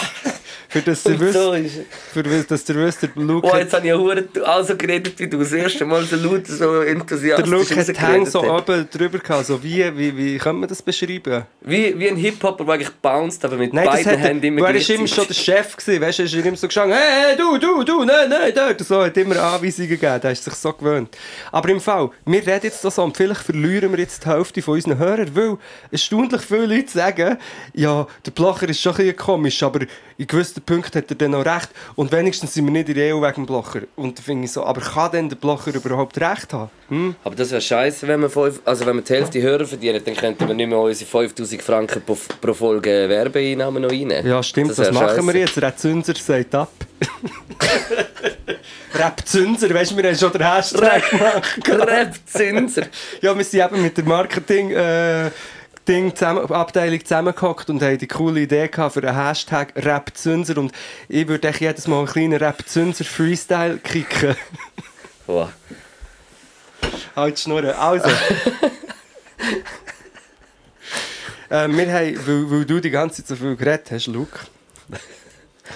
Für das ihr
Und
wisst,
so ist es.
für das- dass ihr wisst, der Luke
Oh,
hat-
jetzt habe ich ja hure also geredet, wie du das erste Mal so laut, so
der
enthusiastisch
Luke hat die Hänge
rausgeredet
so
hast.
oben drüber gehabt. So wie, wie, wie kann man das beschreiben?
Wie, wie ein Hip-Hopper, der eigentlich bounced, aber mit
Nein, das
beiden
hat er,
Händen immer
immer er ist immer
gleichzeitig.
schon der Chef gewesen, weißt du, er ist immer so geschlagen, hey, hey, du, du, du, nein, nein, dort, so, hat immer Anweisungen gegeben, der ist sich so gewöhnt. Aber im Fall, wir reden jetzt das so und vielleicht verlieren wir jetzt die Hälfte von unseren Hörern, weil erstaunlich viele Leute sagen, ja, der Blocher ist schon ein bisschen komisch, aber in gewissen Punkten hat er dann auch recht und wenigstens sind wir nicht in der EU wegen dem Blocher. Und da finde ich so, aber kann denn der Blocher überhaupt recht haben? Hm?
Aber das wäre scheiße, wenn wir, fünf, also wenn wir die Hälfte Hörer verdienen, dann könnten wir nicht mehr unsere 5000 Franken pro, pro Folge Werbeeinnahmen noch reinnehmen.
Ja, stimmt, das,
wär
machen wir
scheisse.
jetzt, Rap Zünser sagt ab. Rap Zünser, weißt du, wir haben schon den Hashtag gemacht.
Krebszinser.
Ja, wir sind eben mit der Marketing äh, Ding zusammen, Abteilung zusammengehockt und haben die coole Idee gehabt für den Hashtag Rapzünser und ich würde echt jedes Mal einen kleinen Rapzünser Freestyle kicken.
Wow.
halt die Schnurre. Also. äh, wir haben, weil, weil du die ganze Zeit so viel geredet hast, Luke.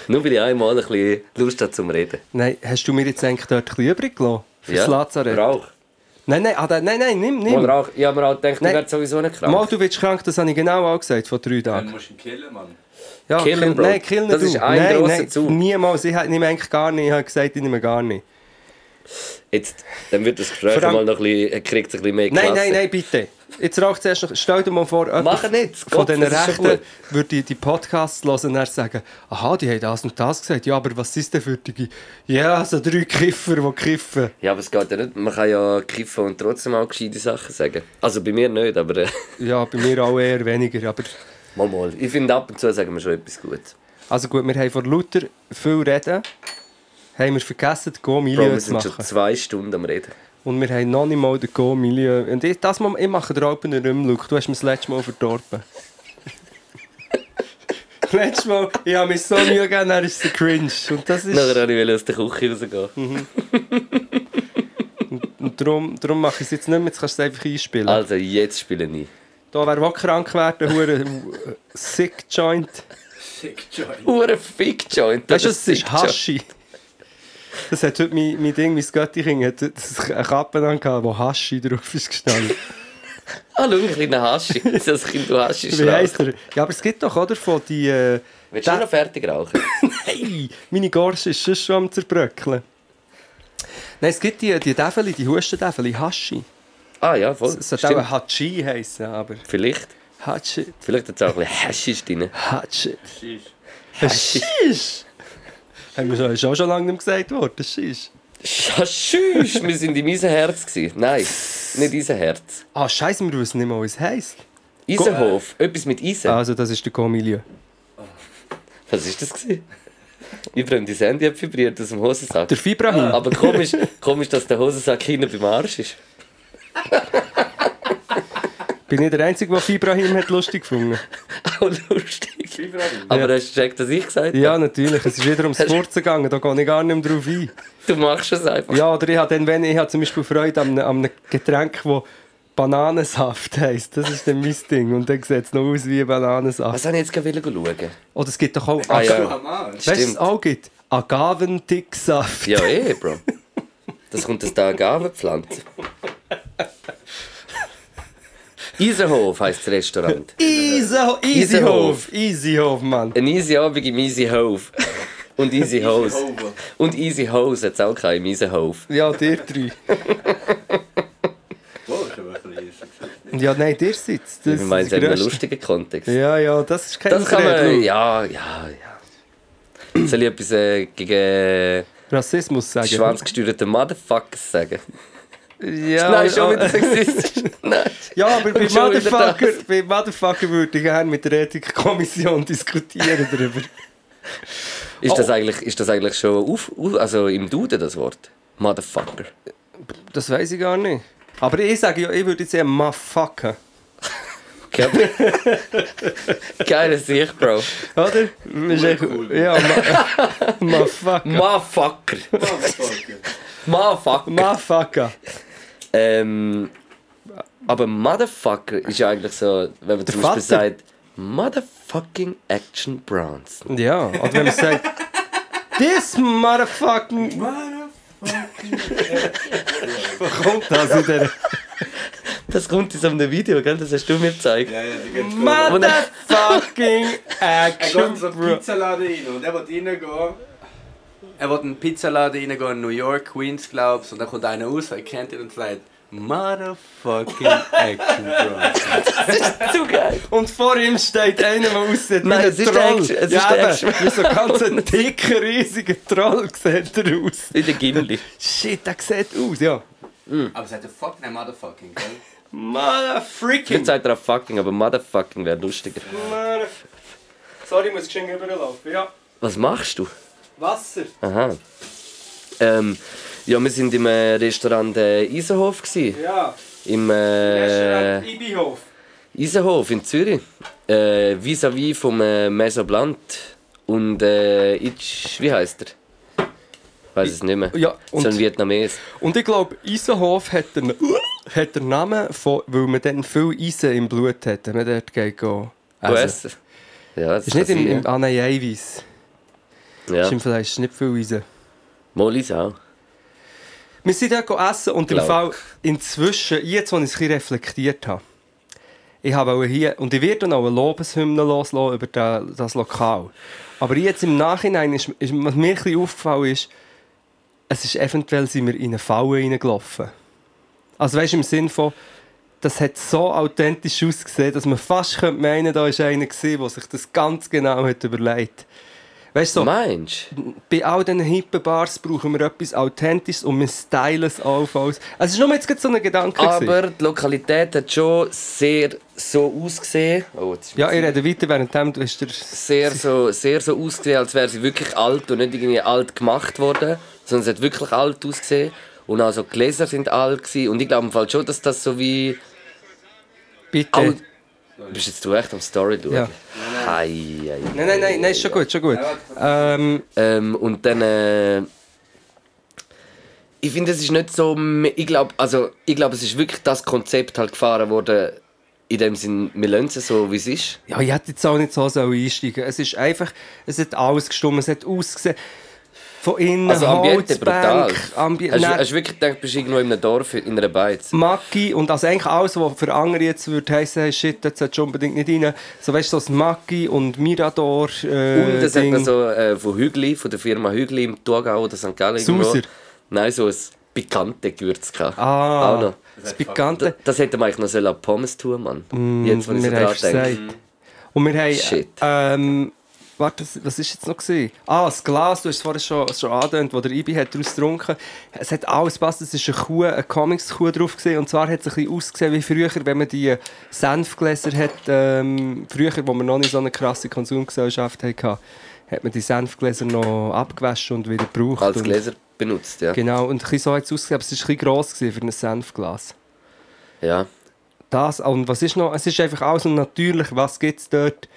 Nur weil ich einmal ein bisschen Lust habe zum Reden.
Nein, hast du mir jetzt eigentlich dort ein bisschen übrig gelassen? Fürs Lazarett?
Rauch.
Nein, nein, ah, da- nein, nein, nimm,
Mal
nimm.
Rauch. Ich habe mir auch gedacht,
Nein.
du wärst sowieso nicht
Mal,
krank.
du wirst krank, das habe ich genau auch gesagt vor drei Tagen.
Dann musst du ihn killen, Mann.
Ja,
Killen,
Killen,
Bro.
nein, Killen
Das
du.
ist ein
nein,
grosser
nein,
Zug.
Niemals, ich nehme eigentlich gar nicht, ich habe gesagt, ich nehme gar nicht.
Jetzt, dann wird das Gespräch
Vor allem-
mal noch ein bisschen, kriegt es ein bisschen mehr
Nein,
Klasse.
nein, nein, bitte. Jetzt raucht zuerst noch, stell dir mal vor, jemand
Mach nicht, es
von
geht,
diesen
das ist schon
Rechten
gut.
würde die, die Podcasts hören und dann sagen, aha, die haben das und das gesagt, ja, aber was ist denn für die... Ja, so drei Kiffer, die kiffen.
Ja, aber es geht ja nicht. Man kann ja kiffen und trotzdem auch gescheite Sachen sagen. Also bei mir nicht, aber äh,
Ja, bei mir auch eher weniger, aber...
mal mal. Ich finde ab und zu sagen wir schon etwas gut.
Also gut, wir haben vor Luther viel reden, haben wir vergessen, die
Bro,
Go-Milieu
wir
zu
sind schon
machen.
zwei Stunden am Reden.
Und wir haben noch nicht mal den Go-Milieu. Und ich, das mal, ich mache den Alpen nicht mehr, Luke. Du hast mir das letzte Mal verdorben. Letztes Mal, ich habe mir so Mühe gegeben, dann ist es cringe. Und das
Nachher
ist...
wollte ich aus der Küche rausgehen.
Und darum, darum mache ich es jetzt nicht mehr, jetzt kannst du es einfach einspielen.
Also, jetzt spiele ich.
Da wäre wohl krank werden, hure äh, sick joint.
Sick Joy.
Hure Fick-Joint.
Weißt du, das ist Haschi. Das hat heute mein, mein Ding, mein Göttiching, hat heute eine Kappe angehabt, wo Haschi drauf ist gestanden.
Hallo, Ah, ein kleiner Haschi. Das ist ein Kind, du Haschi
Wie heisst
rauchst.
er? Ja, aber es gibt doch, oder, von die... Äh,
Willst du
der-
noch fertig rauchen?
Hey, meine Gorsch ist sonst schon am zerbröckeln. Nein, es gibt die, die Däfeli, die Hustendäfeli, Hashi.
Ah ja, voll.
Es sollte auch
Stimmt.
ein Hachi heissen, aber...
Vielleicht.
Hachi.
Vielleicht hat es auch ein bisschen Haschisch drin.
Hachi.
Sheesh.
Haschisch. Haben wir schon, ist auch schon lange nicht mehr gesagt worden, Haschisch.
Haschisch! Wir sind im Eisenherz. gewesen. Nein, nicht Eisenherz.
Ah, scheiße, wir wissen nicht mal, was es heisst.
Eisenhof. Etwas mit Eisen.
Also, das ist der Comilio.
Was ist das? gewesen? Ich brenne die Handy hat vibriert aus dem Hosensack.
Der Fibrahin.
Aber komisch, komisch, dass der Hosensack hinten beim Arsch ist.
Bin ich der Einzige, der Fibrahim hat lustig gefunden?
Auch lustig. Aber hast du gecheckt, dass ich gesagt habe?
Ja, natürlich. Es ist wieder ums Furzen gegangen, da gehe ich gar nicht mehr drauf ein.
Du machst es einfach.
Ja, oder ich habe dann, wenn ich habe zum Beispiel Freude an einem, an einem ne Getränk, das Bananensaft heisst. Das ist dann mein Ding. Und dann sieht es noch aus wie Bananensaft.
Was habe ich jetzt gerade schauen?
Oder es gibt doch auch...
Ah, ja.
Mann.
Weißt du, was es
Stimmt.
auch gibt? Agavendicksaft.
Ja, eh, Bro. Das kommt aus der Agavenpflanze. Eisenhof heisst das Restaurant.
Iso- Easyhof. Easyhof, Mann.
Ein easy Abend im Easy Hof. Und Easy Hose. Und Easy Hose hat es auch keinen im Easy Hof.
Ja, dir drei.
Wow, ist aber ein bisschen easy gewesen.
Ja, nein, dir sitzt. Das
Ich meine,
ist
es hat einen
das Grösste.
lustigen Kontext.
Ja, ja, das ist kein
Das kann
Ausrede,
man.
Lu.
Ja, ja, ja. Soll ich etwas äh, gegen
Rassismus sagen.
schwanzgesteuerte Motherfuckers sagen?
Ja,
Nein, schon
oh,
wieder sexistisch. Nein.
Ja, aber bei
Schon wieder
Motherfucker, bei Motherfucker würde ich gerne mit der Ethikkommission diskutieren darüber.
Ist,
Oh.
das eigentlich, ist das eigentlich schon auf, auf, also im Duden das Wort? Motherfucker.
Das weiß ich gar nicht. Aber ich sage ja, ich würde jetzt eher Motherfucker.
Geil. Geiler Sicht, Bro.
Oder? Ist echt, Ja, ma- Motherfucker.
Motherfucker. Motherfucker.
Motherfucker.
Ähm, aber Motherfucker ist ja eigentlich so, wenn man zum Beispiel
Vater.
sagt, Motherfucking Action Bronson.
Ja, oder wenn man sagt, this motherfucking... Wo kommt das in der...
Das kommt in so einem Video, gell? das hast du mir gezeigt.
Ja, ja, die geht schon.
Motherfucking
Er geht in so
action,
einen
bro.
Pizzaladen rein und er will reingehen. Er will in einen Pizzaladen reingehen in New York, Queens, glaubst und dann kommt einer raus, er kennt ihn und sagt Motherfucking Action Bro.
Zu geil.
Und vor ihm steht einer, der aussieht wie
Nein,
ein
es ist der
Troll.
Action- es
ja,
ist der
eben,
Action.
Wie so ein ganz ein dicker, riesiger Troll sieht er aus.
Wie der Gimli.
Shit, der sieht aus, ja.
Aber sagt er fuck nein Motherfucking, gell?
Jetzt
Motherfreaking.
sagt er auch fucking, aber Motherfucking wäre lustiger.
Sorry, ich muss geschenkt überlaufen. Ja,
Was machst du?
Wasser.
Aha. Ähm, ja, wir sind im äh, Restaurant äh, Isenhof. Gewesen.
Ja,
Im äh,
Ibihof.
Isenhof in Zürich. Äh, Vis-à-vis vom äh, Maison Blanc. Und äh, ich, wie heißt er? Weiß es nicht mehr.
Ja,
so ein
und,
Vietnames.
und ich glaube, Eisenhof hat den, hat den Namen, von, weil man dann viel Eisen im Blut hat, wenn man dort geht. gehen.
Also. Ja, das
ist nicht
kann
im, im
sein,
ah, nein, Eiweiß.
ja.
Ist im Fleisch ist nicht viel Eisen.
Molis auch.
Wir sind dort gegessen essen und im
Glaub.
Fall inzwischen, jetzt, als ich es ein bisschen reflektiert habe, ich habe auch hier, und ich werde dann auch eine Lobeshymne loslassen über da- das Lokal. Aber jetzt im Nachhinein, ist, ist, was mir ein bisschen aufgefallen ist, es ist eventuell sind wir in eine Falle reingelaufen. Also weißt du, im Sinn von, das hat so authentisch ausgesehen, dass man fast könnte meinen, da war einer, gewesen, der sich das ganz genau hat überlegt Weißt du, so,
Meinst du?
bei all diesen hippen Bars brauchen wir etwas Authentisches und wir stylen es auf alles. Es ist nur jetzt gerade so ein Gedanke. gewesen.
Aber die Lokalität hat schon sehr so ausgesehen. Oh, jetzt ist
Ja, ich rede weiter, währenddem du hast der...
sehr so, sehr so ausgesehen, als wäre sie wirklich alt und nicht irgendwie alt gemacht worden, sondern es hat wirklich alt ausgesehen. Und also die Gläser sind alt gewesen. und ich glaube im Fall schon, dass das so wie...
Bitte.
Au- Bist jetzt du echt am Story schauen?
Ja.
Ei, ei, ei.
Nein, nein, nein, nein, ist schon gut, schon gut. Ähm,
Ähm, und dann... Äh, ich finde, es ist nicht so... me- Ich glaube, also, ich glaube, es ist wirklich das Konzept halt gefahren worden, in dem Sinn, wir lassen es so, wie es ist.
ja, ich hätte jetzt auch nicht so sollen einsteigen Es ist einfach, es hat alles gestimmt, es hat ausgesehen. Von innen,
Also Ambiente brutal.
Ambi
hast, du-
nein,
hast du wirklich gedacht, bist du irgendwo in einem Dorf, in einer Beiz?
Maggi und also eigentlich alles, was für andere jetzt würde heissen, hey, shit, das hat schon unbedingt nicht rein. So weißt du, so das Maggi und Mirador. Äh,
Und das hat
Ding.
man so äh, von Hügli, von der Firma Hügli im Thurgau oder St. Gallen. irgendwo.
Sauser.
Nein, so ein pikante Gewürz gehabt.
Ah,
Auch noch.
das
D-
Pikante.
Das hätte man eigentlich noch sollen an Pommes tun, Mann.
Mm,
Jetzt, wenn ich so
wir
dran
haben's
denke.
gesagt. Mhm. Und wir haben.
Shit.
Ähm, warte, was- was war jetzt noch? Gewesen? Ah, das Glas, du hast es vorhin schon, schon angedeutet, wo der Ibi hat daraus getrunken Es hat alles gepasst, es war eine Kuh, eine Comics-Kuh drauf. Gewesen. Und zwar hat es ein bisschen ausgesehen wie früher, wenn man die Senfgläser hat, ähm, früher, wo wir noch nicht so eine krasse Konsumgesellschaft hatten, hat man die Senfgläser noch abgewaschen und wieder gebraucht.
Als
Und-
Gläser benutzt, ja.
Genau, und ein bisschen so hat es ausgesehen, aber es war ein bisschen gross gewesen für ein Senfglas.
ja.
Das, und was ist noch? Es ist einfach alles und natürlich, was gibt es dort?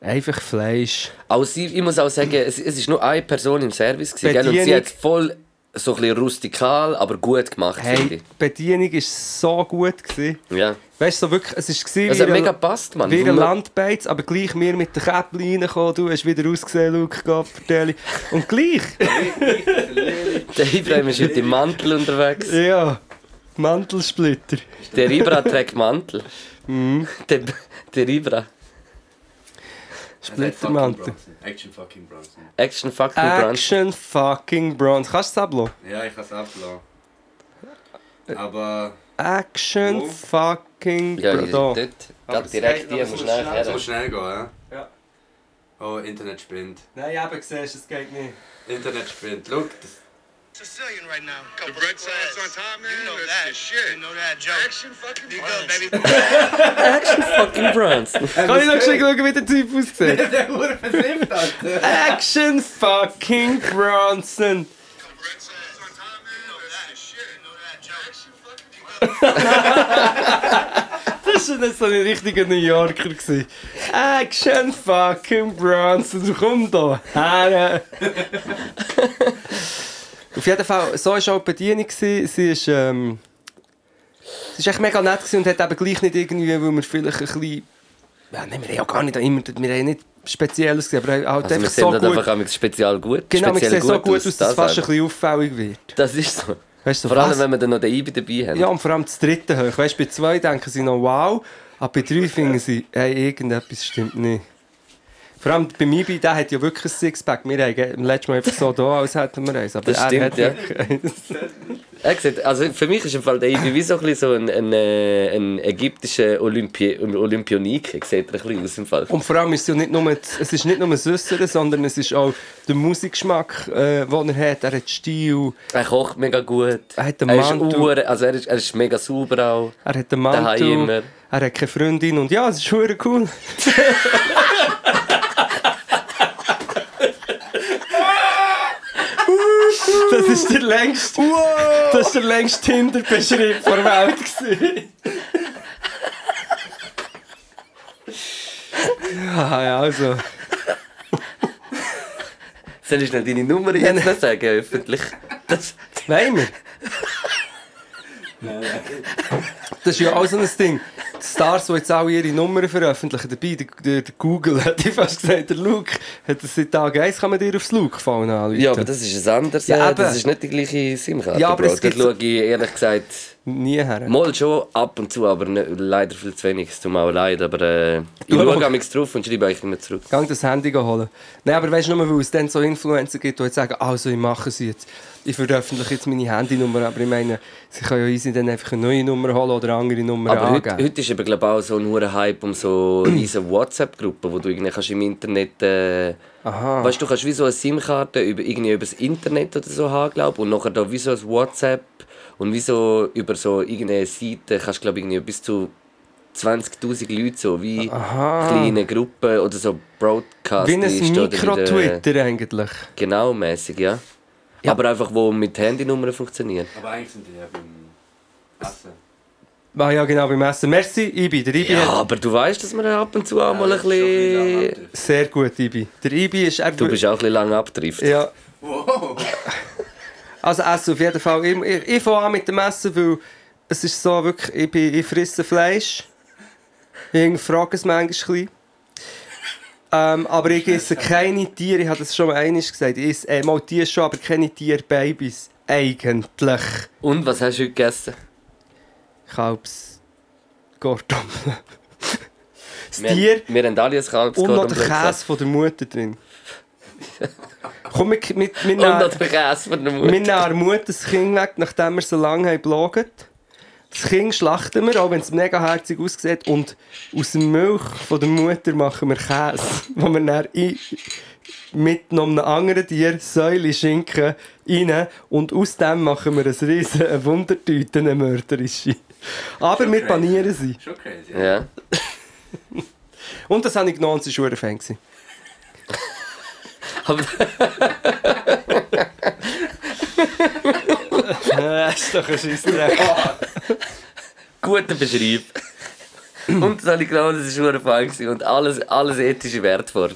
Einfach Fleisch.
Auch sie, ich muss auch sagen, es, es war nur eine Person im Service. Gewesen, gell? Und sie
Bedienung.
hat voll so ein bisschen rustikal, aber gut gemacht, finde
Hey,
ich.
die Bedienung war so gut. Gewesen.
Ja.
Weißt du, so wirklich, es war wie,
Es hat
ein-
mega gepasst, Mann.
wie
Weil
ein
man-
Landbeiz, aber gleich mir mit der Käppel reingekommen, du hast wieder ausgesehen, Luke, Gappertelli. Und gleich,
Der Ibrahim ist heute im Mantel unterwegs.
ja, Mantelsplitter.
Der Ibra trägt Mantel.
Mhm.
Der, der Ibra.
Splittermantel.
Action fucking Bronson.
Action fucking brunch.
Action fucking Bronze. Kannst du das ablassen?
Ja, ich kann es ablassen. Aber.
Action
Wo?
fucking
Ja,
Bronze. Da.
dort.
Aber
Da direkt
es-
hier
aber es
muss
muss
schnell
Es
her.
muss schnell gehen, ja?
Ja.
Oh, Internet spinnt.
Nein, eben, siehst du, es geht nicht.
Internet spinnt. Look, das
Sicilian right now. Couple
Red Sox on
squares.
top, man.
You know
That's
that.
the shit.
You know that joke.
Action fucking
You
punch.
good, baby?
Action fucking brunch.
Kann ich noch schnell schauen, wie der Typ aussieht?
Der wurde versifft, Alter.
Action fucking Bronson!
Red Sox on top, man. That's the shit. You know that joke. Action fucking
Das war nicht so ein richtiger New Yorker. Gewesen. Action fucking Bronson, komm da her! Auf jeden Fall, so war auch die Bedienung. gewesen. Sie ist, ähm, sie ist echt mega nett gewesen und hat eben gleich nicht irgendwie, weil wir vielleicht ein bisschen... Ja, nein, wir haben ja gar nicht immer... Wir haben nicht Spezielles gesehen, aber halt
Also wir
einfach
sehen
so
halt
gut...
einfach einmal speziell gut.
Genau, wir
speziell
sehen so gut aus, dass es fast ein
einfach.
bisschen auffällig wird.
Das ist so.
Weißt du,
Vor allem,
was?
wenn wir dann noch den Ibi dabei haben.
Ja, und vor allem das dritte hoch. Weißt du, bei zwei denken sie noch wow, aber bei drei finden sie, hey, irgendetwas stimmt nicht. Vor allem bei Mibi, der hat ja wirklich ein Sixpack. Wir haben letztes Mal einfach so da, als hätten wir eins. Aber
Das
er
stimmt,
hat
ja.
wirklich
Er sieht, also für mich ist im Fall der Ibi wie so ein, bisschen so ein, ein, äh, ein ägyptischer Olympi Olympionik. Sieht er ein bisschen aus im Fall.
Und vor allem ist es ja nicht nur, das- es ist nicht nur das Äußere, sondern es ist auch der Musikgeschmack, äh, den er hat. Er hat Stil,
Er kocht mega gut.
Er hat den
er ist
Mantel.
ure- also er ist, er ist mega sauber auch.
er hat den
Daheim
Mantel,
immer.
er hat keine Freundin. Und ja, es ist verdammt cool. Das ist der längste. Das ist der längste Tinder-Beschrieb der Welt. gewesen. ah, ja, also.
Soll ich noch deine Nummer jetzt noch sagen, öffentlich? Das,
Nein, wir. Das ist ja auch so ein Ding. Die Stars, die jetzt auch ihre Nummern veröffentlichen, dabei, der, der, der Google hat ich fast gesagt, der Luke hat das seit Tag 1 kann man dir aufs Luke gefallen anrufen.
ja, aber das ist ein anderes.
Ja,
Ja,
eben.
das ist nicht die gleiche SIM-Karte.
Ja, aber
Bro.
es gibt
Dort schaue ich ehrlich gesagt
Nie her.
mal schon ab und zu, aber ne, leider viel zu wenig. Es tut mir auch leid, aber äh, ich
Du-
schaue am drauf und schreibe eigentlich immer zurück.
Gang das Handy holen. Nein, aber weißt du nur, weil es dann so Influencer gibt, die jetzt sagen, also ich mache es jetzt. Ich veröffentliche jetzt meine Handynummer, aber ich meine, sie können ja easy dann einfach eine neue Nummer holen oder andere Nummer
Aber heute,
angeben.
heute ist eben glaub, auch so ein hoher Hype um so riesen WhatsApp-Gruppen, wo du irgendwie kannst im Internet. Äh,
Aha.
Weißt du, du kannst wie so eine SIM-Karte über, irgendwie über das Internet oder so haben, glaub, und nachher da wie so ein WhatsApp und wie so über so irgendeine Seite kannst glaube irgendwie bis zu 20.000 Leute so wie
Aha.
kleine Gruppen oder so Broadcast
Wie ein Mikro-Twitter eigentlich.
genau mäßig ja. Aber einfach wo mit Handynummern funktioniert.
Aber eigentlich sind die ja beim Essen.
Ah ja, genau, beim Essen. Merci, Ibi. Der Ibi
Ja,
hat
aber du weißt, dass man ab und zu auch mal ein
Das ist schon ein bisschen
bisschen...
lang,
sehr gut, Ibi. Der Ibi ist... Er
Du bist auch ein bisschen lang abgetrifft.
Ja.
Wow.
Also Essen auf jeden Fall. Ich, ich, ich fange an mit dem Essen, weil es ist so wirklich, ich, bin, ich frisse Fleisch. Ich frage es manchmal ein bisschen. ähm, aber ich esse keine Tiere, ich habe das schon mal einmal gesagt. Ich esse äh, mal Tiere schon, aber keine Tierbabys. Eigentlich.
Und was hast du heute gegessen?
Kalbs... Gordon. um das
Wir-
Tier
Wir haben alle ein Kalbs
und noch der Käse von der Mutter drin. Komm, wir, wir, wir,
Und noch
nehmen,
der Käse von der
wir
Mutter.
nehmen Mut das Kind weg, nachdem wir so lange haben gelogen. Das Kind schlachten wir, auch wenn es mega herzig aussieht. Und aus dem Milch von der Mutter machen wir Käse, wo wir dann in, mit noch einem anderen Tier Säule schinken rein. Und aus dem machen wir ein riesen eine Wundertüte, eine mörderische. Aber wir panieren sie.
Schon crazy.
Ja.
Und das habe ich genommen, und sie war Fan.
Aber
Das ist doch ein Scheissdreck.
guter Beschreib. Und das habe ich genau, das war nur Fang gewesen. und alles, alles ethische Wert vor.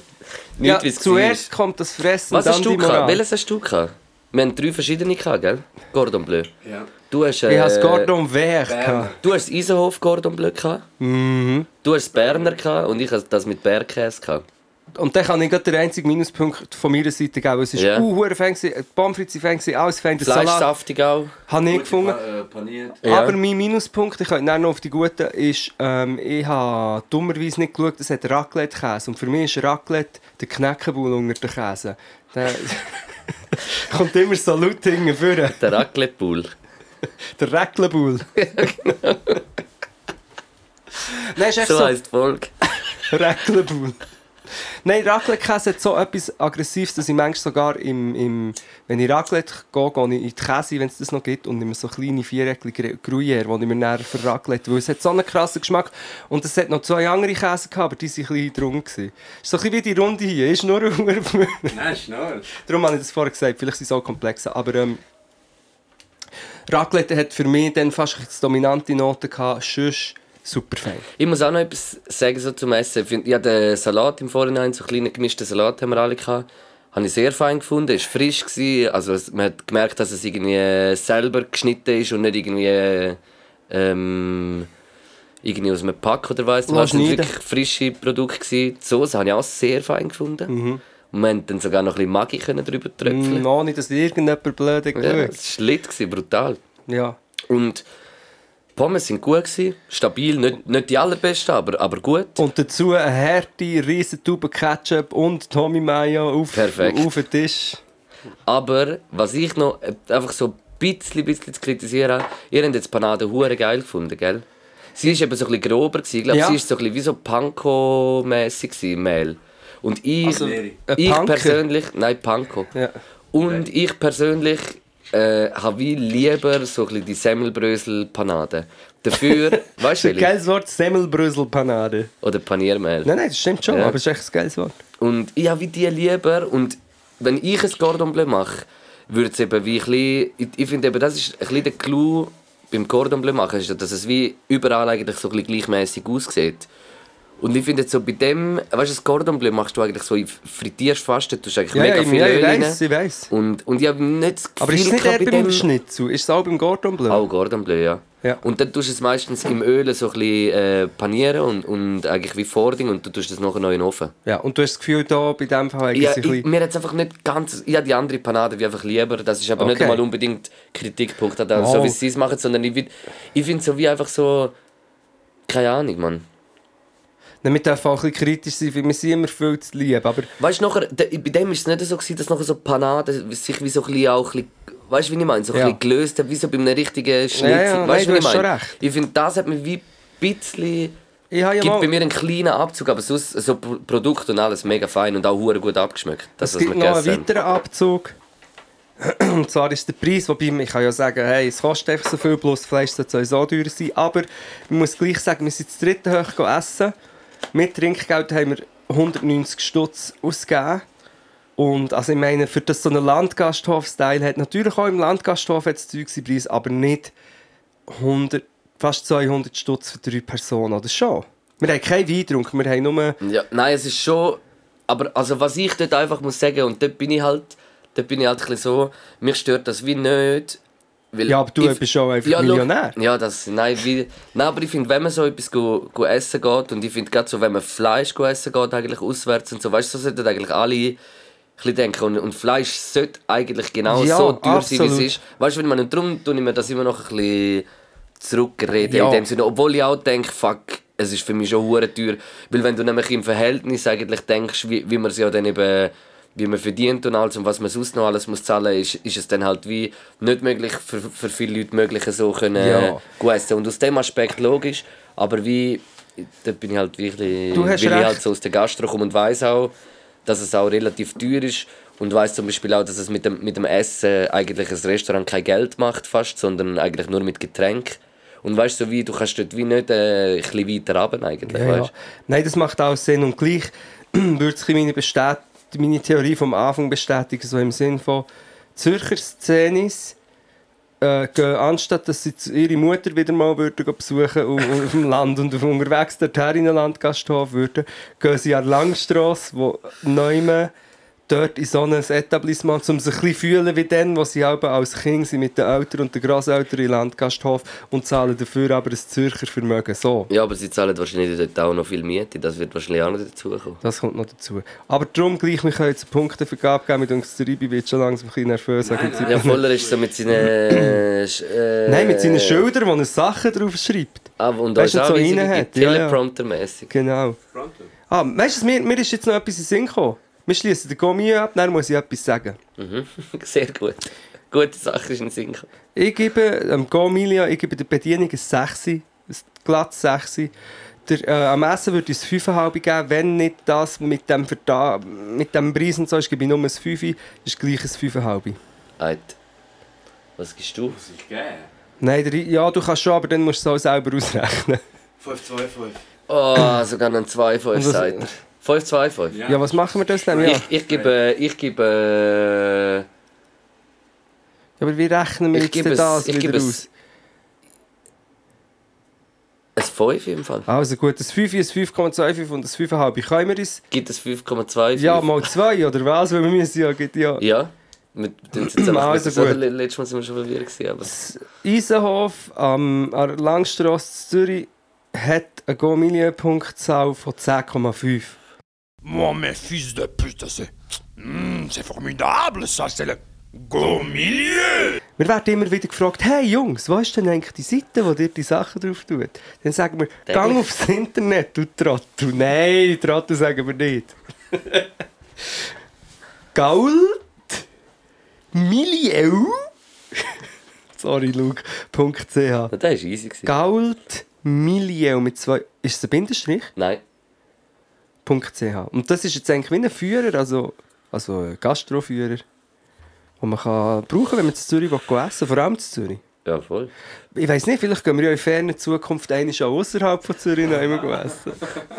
Ja,
Nichts wie es
zuerst
war.
kommt das Fressen,
Was
dann
hast
die
du
Moral.
gehabt? Welches hast du gehabt? Wir haben drei verschiedene gehabt, gell? Gordon Bleu.
Ja.
Du hast, äh,
Ich habe das Gordon Wehr gehabt.
Du hast das Eisenhof Gordon Bleu gehabt.
Mhm.
Du hast das Berner gehabt und ich habe das mit Bergkäse gehabt.
Und dann kann ich gerade den einzigen Minuspunkt von meiner Seite geben. Es
Ja.
war uhuere Fan, gewesen, Pommes frites Fan, gewesen, alles Fan, der Salat
Fleischsaftig auch.
habe ich gefunden.
Äh, paniert.
Ja.
Aber mein Minuspunkt, ich könnte dann noch auf die guten, ist, ähm, ich habe dummerweise nicht geschaut, es hat Raclette-Käse. Und für mich ist Raclette der Knäckebull unter den Käse. Der kommt immer so laut hinten vorne.
Der Raclette-Pool.
Der Räcklebull. Nein, ist echt
So
so.
heisst die Folge.
Räcklebull. Nein, Raclette-Käse hat so etwas Aggressives, dass ich manchmal sogar, im, im, wenn ich Raclette gehe, gehe ich in die Käse, wenn es das noch gibt, und nehme so kleine Viereckli Gre- Gruyère, die ich mir näher für Raclette, weil es hat so einen krassen Geschmack. Und es hat noch zwei andere Käse gehabt, aber die waren ein bisschen drum. gewesen. Ist so ein bisschen wie die Runde hier, ist nur unter
Nein, schnell.
Darum habe ich das vorher gesagt, vielleicht sind es auch komplexe. Aber ähm, Raclette hat für mich dann fast die dominante Note gehabt. Sonst super fein.
Ich muss auch noch etwas sagen so zum Essen. Ich finde, ja, den Salat im Vorhinein, so einen kleinen gemischten Salat haben wir alle gehabt. Habe ich sehr fein gefunden, es war frisch. Gewesen. Also es, man hat gemerkt, dass es irgendwie äh, selber geschnitten ist und nicht irgendwie, äh, ähm, irgendwie aus einem Pack oder weiss nicht was.
Lass
Es waren
schneiden.
wirklich frische Produkte. Gewesen. Die Soße habe ich auch sehr fein gefunden. Und wir haben dann sogar noch ein bisschen Maggi können drüber tröpfeln.
Mhm. Mm, ohne, dass irgendjemand blöd
Ja,
geschaut
es war lit, gewesen, brutal.
ja.
Und die Pommes waren gut, gewesen, stabil, nicht, nicht die allerbesten, aber, aber gut.
Und dazu eine harte, riesen Tube Ketchup und Tommy Mayo auf,
Perfekt.
auf den Tisch.
Aber was ich noch äh, einfach so ein bisschen, bisschen zu kritisieren habe, ihr habt jetzt Panade hure geil gefunden, gell? Sie war eben so ein bisschen grober, gewesen. ich glaube,
Ja.
sie war so ein bisschen wie so Panko-mässig, gewesen, Mehl. Und ich,
Also,
ich
ein Punker.
persönlich, nein, Panko.
Ja.
Und ich persönlich äh, habe wie lieber so ein bisschen die Semmelbrösel-Panade. Dafür, weißt du,
Das ist ein
welche?
geiles Wort, Semmelbröselpanade.
oder Paniermehl.
Nein, nein, das stimmt schon,
Ja.
aber es ist echt ein geiles Wort.
Und ich habe wie die lieber. Und wenn ich ein Cordon Bleu mache, würde es eben wie ein bisschen, ich, ich finde eben, das ist ein bisschen der Clou beim Cordon Bleu machen, ist, ja, dass es wie überall eigentlich so ein bisschen gleichmäßig aussieht. Und ich finde jetzt so bei dem, weißt du, das Cordon Bleu machst du eigentlich so, frittierst fast, du tust eigentlich
Ja,
mega ne?
ja, ich,
viel
ja, ich
Öl rein.
weiss, ich weiss.
Und, und ich habe nicht das Gefühl,
Aber ist es nicht
gehabt
eher beim Schnitzel? Ist es auch beim Gordon Bleu?
Auch Gordon Bleu, ja.
Ja.
Und dann tust du es meistens im Öl so ein bisschen äh, panieren und, und eigentlich wie vording und du tust es nachher noch in den Ofen.
Ja, und du hast das Gefühl, da bei dem Fall eigentlich
Ja,
ein bisschen...
ich, mir jetzt einfach nicht ganz. Ich habe die andere Panade wie einfach lieber. Das ist aber nicht
Okay.
einmal unbedingt Kritikpunkt an dem,
Wow.
so wie sie es machen, sondern ich, will- ich finde so wie einfach so. Keine Ahnung, Mann.
Nein, wir dürfen auch ein bisschen kritisch sein, weil wir sind immer viel zu lieb, aber
Weißt du, nachher, de- bei dem war es nicht so, gewesen, dass nachher so Panade sich wie so ein bisschen auch. Ein bisschen, weißt du, wie ich meine? So ein
Ja.
bisschen gelöst hat, wie so bei einem richtigen Schnitzel.
Ja, ja,
weißt
nein,
wie
du
ich
hast
meine?
schon recht.
Ich finde, das hat mir wie ein bisschen.
ich habe ja
Gibt bei
mal...
mir einen kleinen Abzug, aber sonst so Pro- Produkt und alles mega fein und auch hure gut abgeschmeckt. Das,
Es
was
gibt
wir
noch einen
gegessen haben.
weiteren Abzug. Und zwar ist der Preis, wobei man- ich kann ja sagen, hey, es kostet einfach so viel, bloß Fleisch sollte sowieso teurer sein. Aber man muss gleich sagen, wir sind das dritte hoch essen. Mit Trinkgeld haben wir 190 Stutz ausgegeben. Und also ich meine, für das so einen Landgasthof-Style hat, natürlich auch im Landgasthof hat es Zeug seinen Preis, aber nicht 100, fast 200 Stutz für drei Personen, oder schon? Wir haben keinen Wein getrunken, wir haben nur...
Ja, nein, es ist schon. Aber also, was ich dort einfach muss sagen, und dort bin ich halt, dort bin ich halt ein bisschen so, mich stört das wie nicht. Weil
Ja, aber du bist auch einfach
schau,
Millionär.
Ja, das, nein, wie, nein, aber ich finde, wenn man so etwas go, go essen geht, und ich finde gerade so, wenn man Fleisch go essen geht, eigentlich auswärts und so, weißt du, so sollten eigentlich alle ein bisschen denken. Und, und Fleisch sollte eigentlich genau
Ja,
so teuer sein, wie
absolut.
es ist. Weißt du, wenn man und darum tue ich mir das immer noch ein bisschen zurückreden
Ja.
in dem Sinne, obwohl ich auch denke, fuck, es ist für mich schon hure teuer, weil wenn du nämlich im Verhältnis eigentlich denkst, wie, wie man es ja dann eben wie man verdient und alles und was man sonst noch alles muss zahlen muss, ist, ist es dann halt wie nicht möglich für, für viele Leute möglich so können
Ja.
gut essen. Und aus dem Aspekt logisch, aber wie, da bin ich halt wirklich,
Du hast
weil ich
recht.
halt so aus der Gastro komme und weiß auch, dass es auch relativ teuer ist und weiß zum Beispiel auch, dass es mit dem, mit dem Essen eigentlich ein Restaurant kein Geld macht fast, sondern eigentlich nur mit Getränk. Und weißt du, so wie, du kannst dort wie nicht äh, ein bisschen weiter runter eigentlich,
Ja, ja.
weißt
Nein, das macht auch Sinn. Und gleich würde sich meine, Bestät meine Theorie vom Anfang bestätigen, so im Sinn von Zürcher Szenis äh, gehen, anstatt dass sie zu- ihre Mutter wieder mal würden gehen besuchen und, und auf dem Land und auf unterwegs dorthin in den Landgasthof würden, gehen sie an die Langstrasse, wo neume dort in so ein Etablissement, um sich ein bisschen fühlen wie dann, wo sie eben als Kind sind mit den Eltern und den Großeltern in den Landgasthof und zahlen dafür aber ein Zürcher Vermögen. So.
Ja, aber sie zahlen wahrscheinlich dort auch noch viel Miete, das wird wahrscheinlich auch noch dazukommen.
Das kommt noch dazu. Aber darum gleich, wir können jetzt Punktevergabe geben. Mit uns der Ribi wird schon langsam ein bisschen nervös. Nein, nein.
Ja, Voller ist so mit seinen... äh, Sch- Äh,
nein, mit seinen Schildern, wo er Sachen drauf schreibt.
Ah, und weißt
Weißt du,
auch so
so rein
riesige
hat, ja, ja.
Teleprompter-mässig.
Genau. Ah, weißt du, mir, mir ist jetzt noch etwas in den Sinn gekommen. Wir schließen den Gommi ab, dann muss ich etwas sagen.
Sehr gut. Gute Sache ist ein Sinn. gekommen.
Ich gebe dem Gomilia, ich gebe der Bedienung ein 6, ein glattes 6. Der, äh, am Essen würde ich ein 5,5 geben, wenn nicht das mit dem, Verda mit dem Preis und so ist, gebe ich nur ein 5, ist gleich ein 5,5.
Alter. Was gibst du?
Muss ich geben?
Nein, der, ja, du kannst schon, aber dann musst du es auch selber ausrechnen.
525.
Oh, sogar ein 2,5
Und was-
sagt er. 5,25.
Ja, was machen wir das denn? Ja.
Ich, ich gebe. Ich gebe.
Aber wie rechnen wir
Ich
jetzt
gebe
denn
es-
das
ich
wieder
gebe
aus?
es- äh, Ein 5 im Fall.
Also gut, das 5 ist 5,25 und das 5,5 können wir uns.
Gibt es 5,25?
Ja, mal 2 oder was? Weil wir müssen ja, geht ja.
Ja? Mit, jetzt jetzt einfach
Also
also
gut.
Letztes Mal sind wir schon verwirrt. Gewesen, aber
Eisenhof am an der Langstrasse Zürich hat eine Gomilia-Punktzahl von 10,5.
Moi, mes fils de pute, c'est. Hmm, c'est formidable, ça, c'est le. Go milieu!
Wir werden immer wieder gefragt, hey Jungs, was ist denn eigentlich die Seite, wo dir die Sachen drauf tut? Dann sagen wir, gang aufs Internet, du Trottel. Nein, Trottel sagen wir nicht. Gault Milio. Sorry, Luke.ch.
Na, das war easy. Gewesen.
Gault Milio mit zwei. Ist es ein Bindestrich?
Nein.
.ch. Und das ist jetzt eigentlich wie ein Führer, also, also ein Gastroführer, den man kann brauchen wenn man zu Zürich essen will, vor allem zu Zürich.
Ja, voll.
Ich weiß nicht, vielleicht gehen wir ja in ferner Zukunft einmal auch außerhalb von Zürich noch immer essen.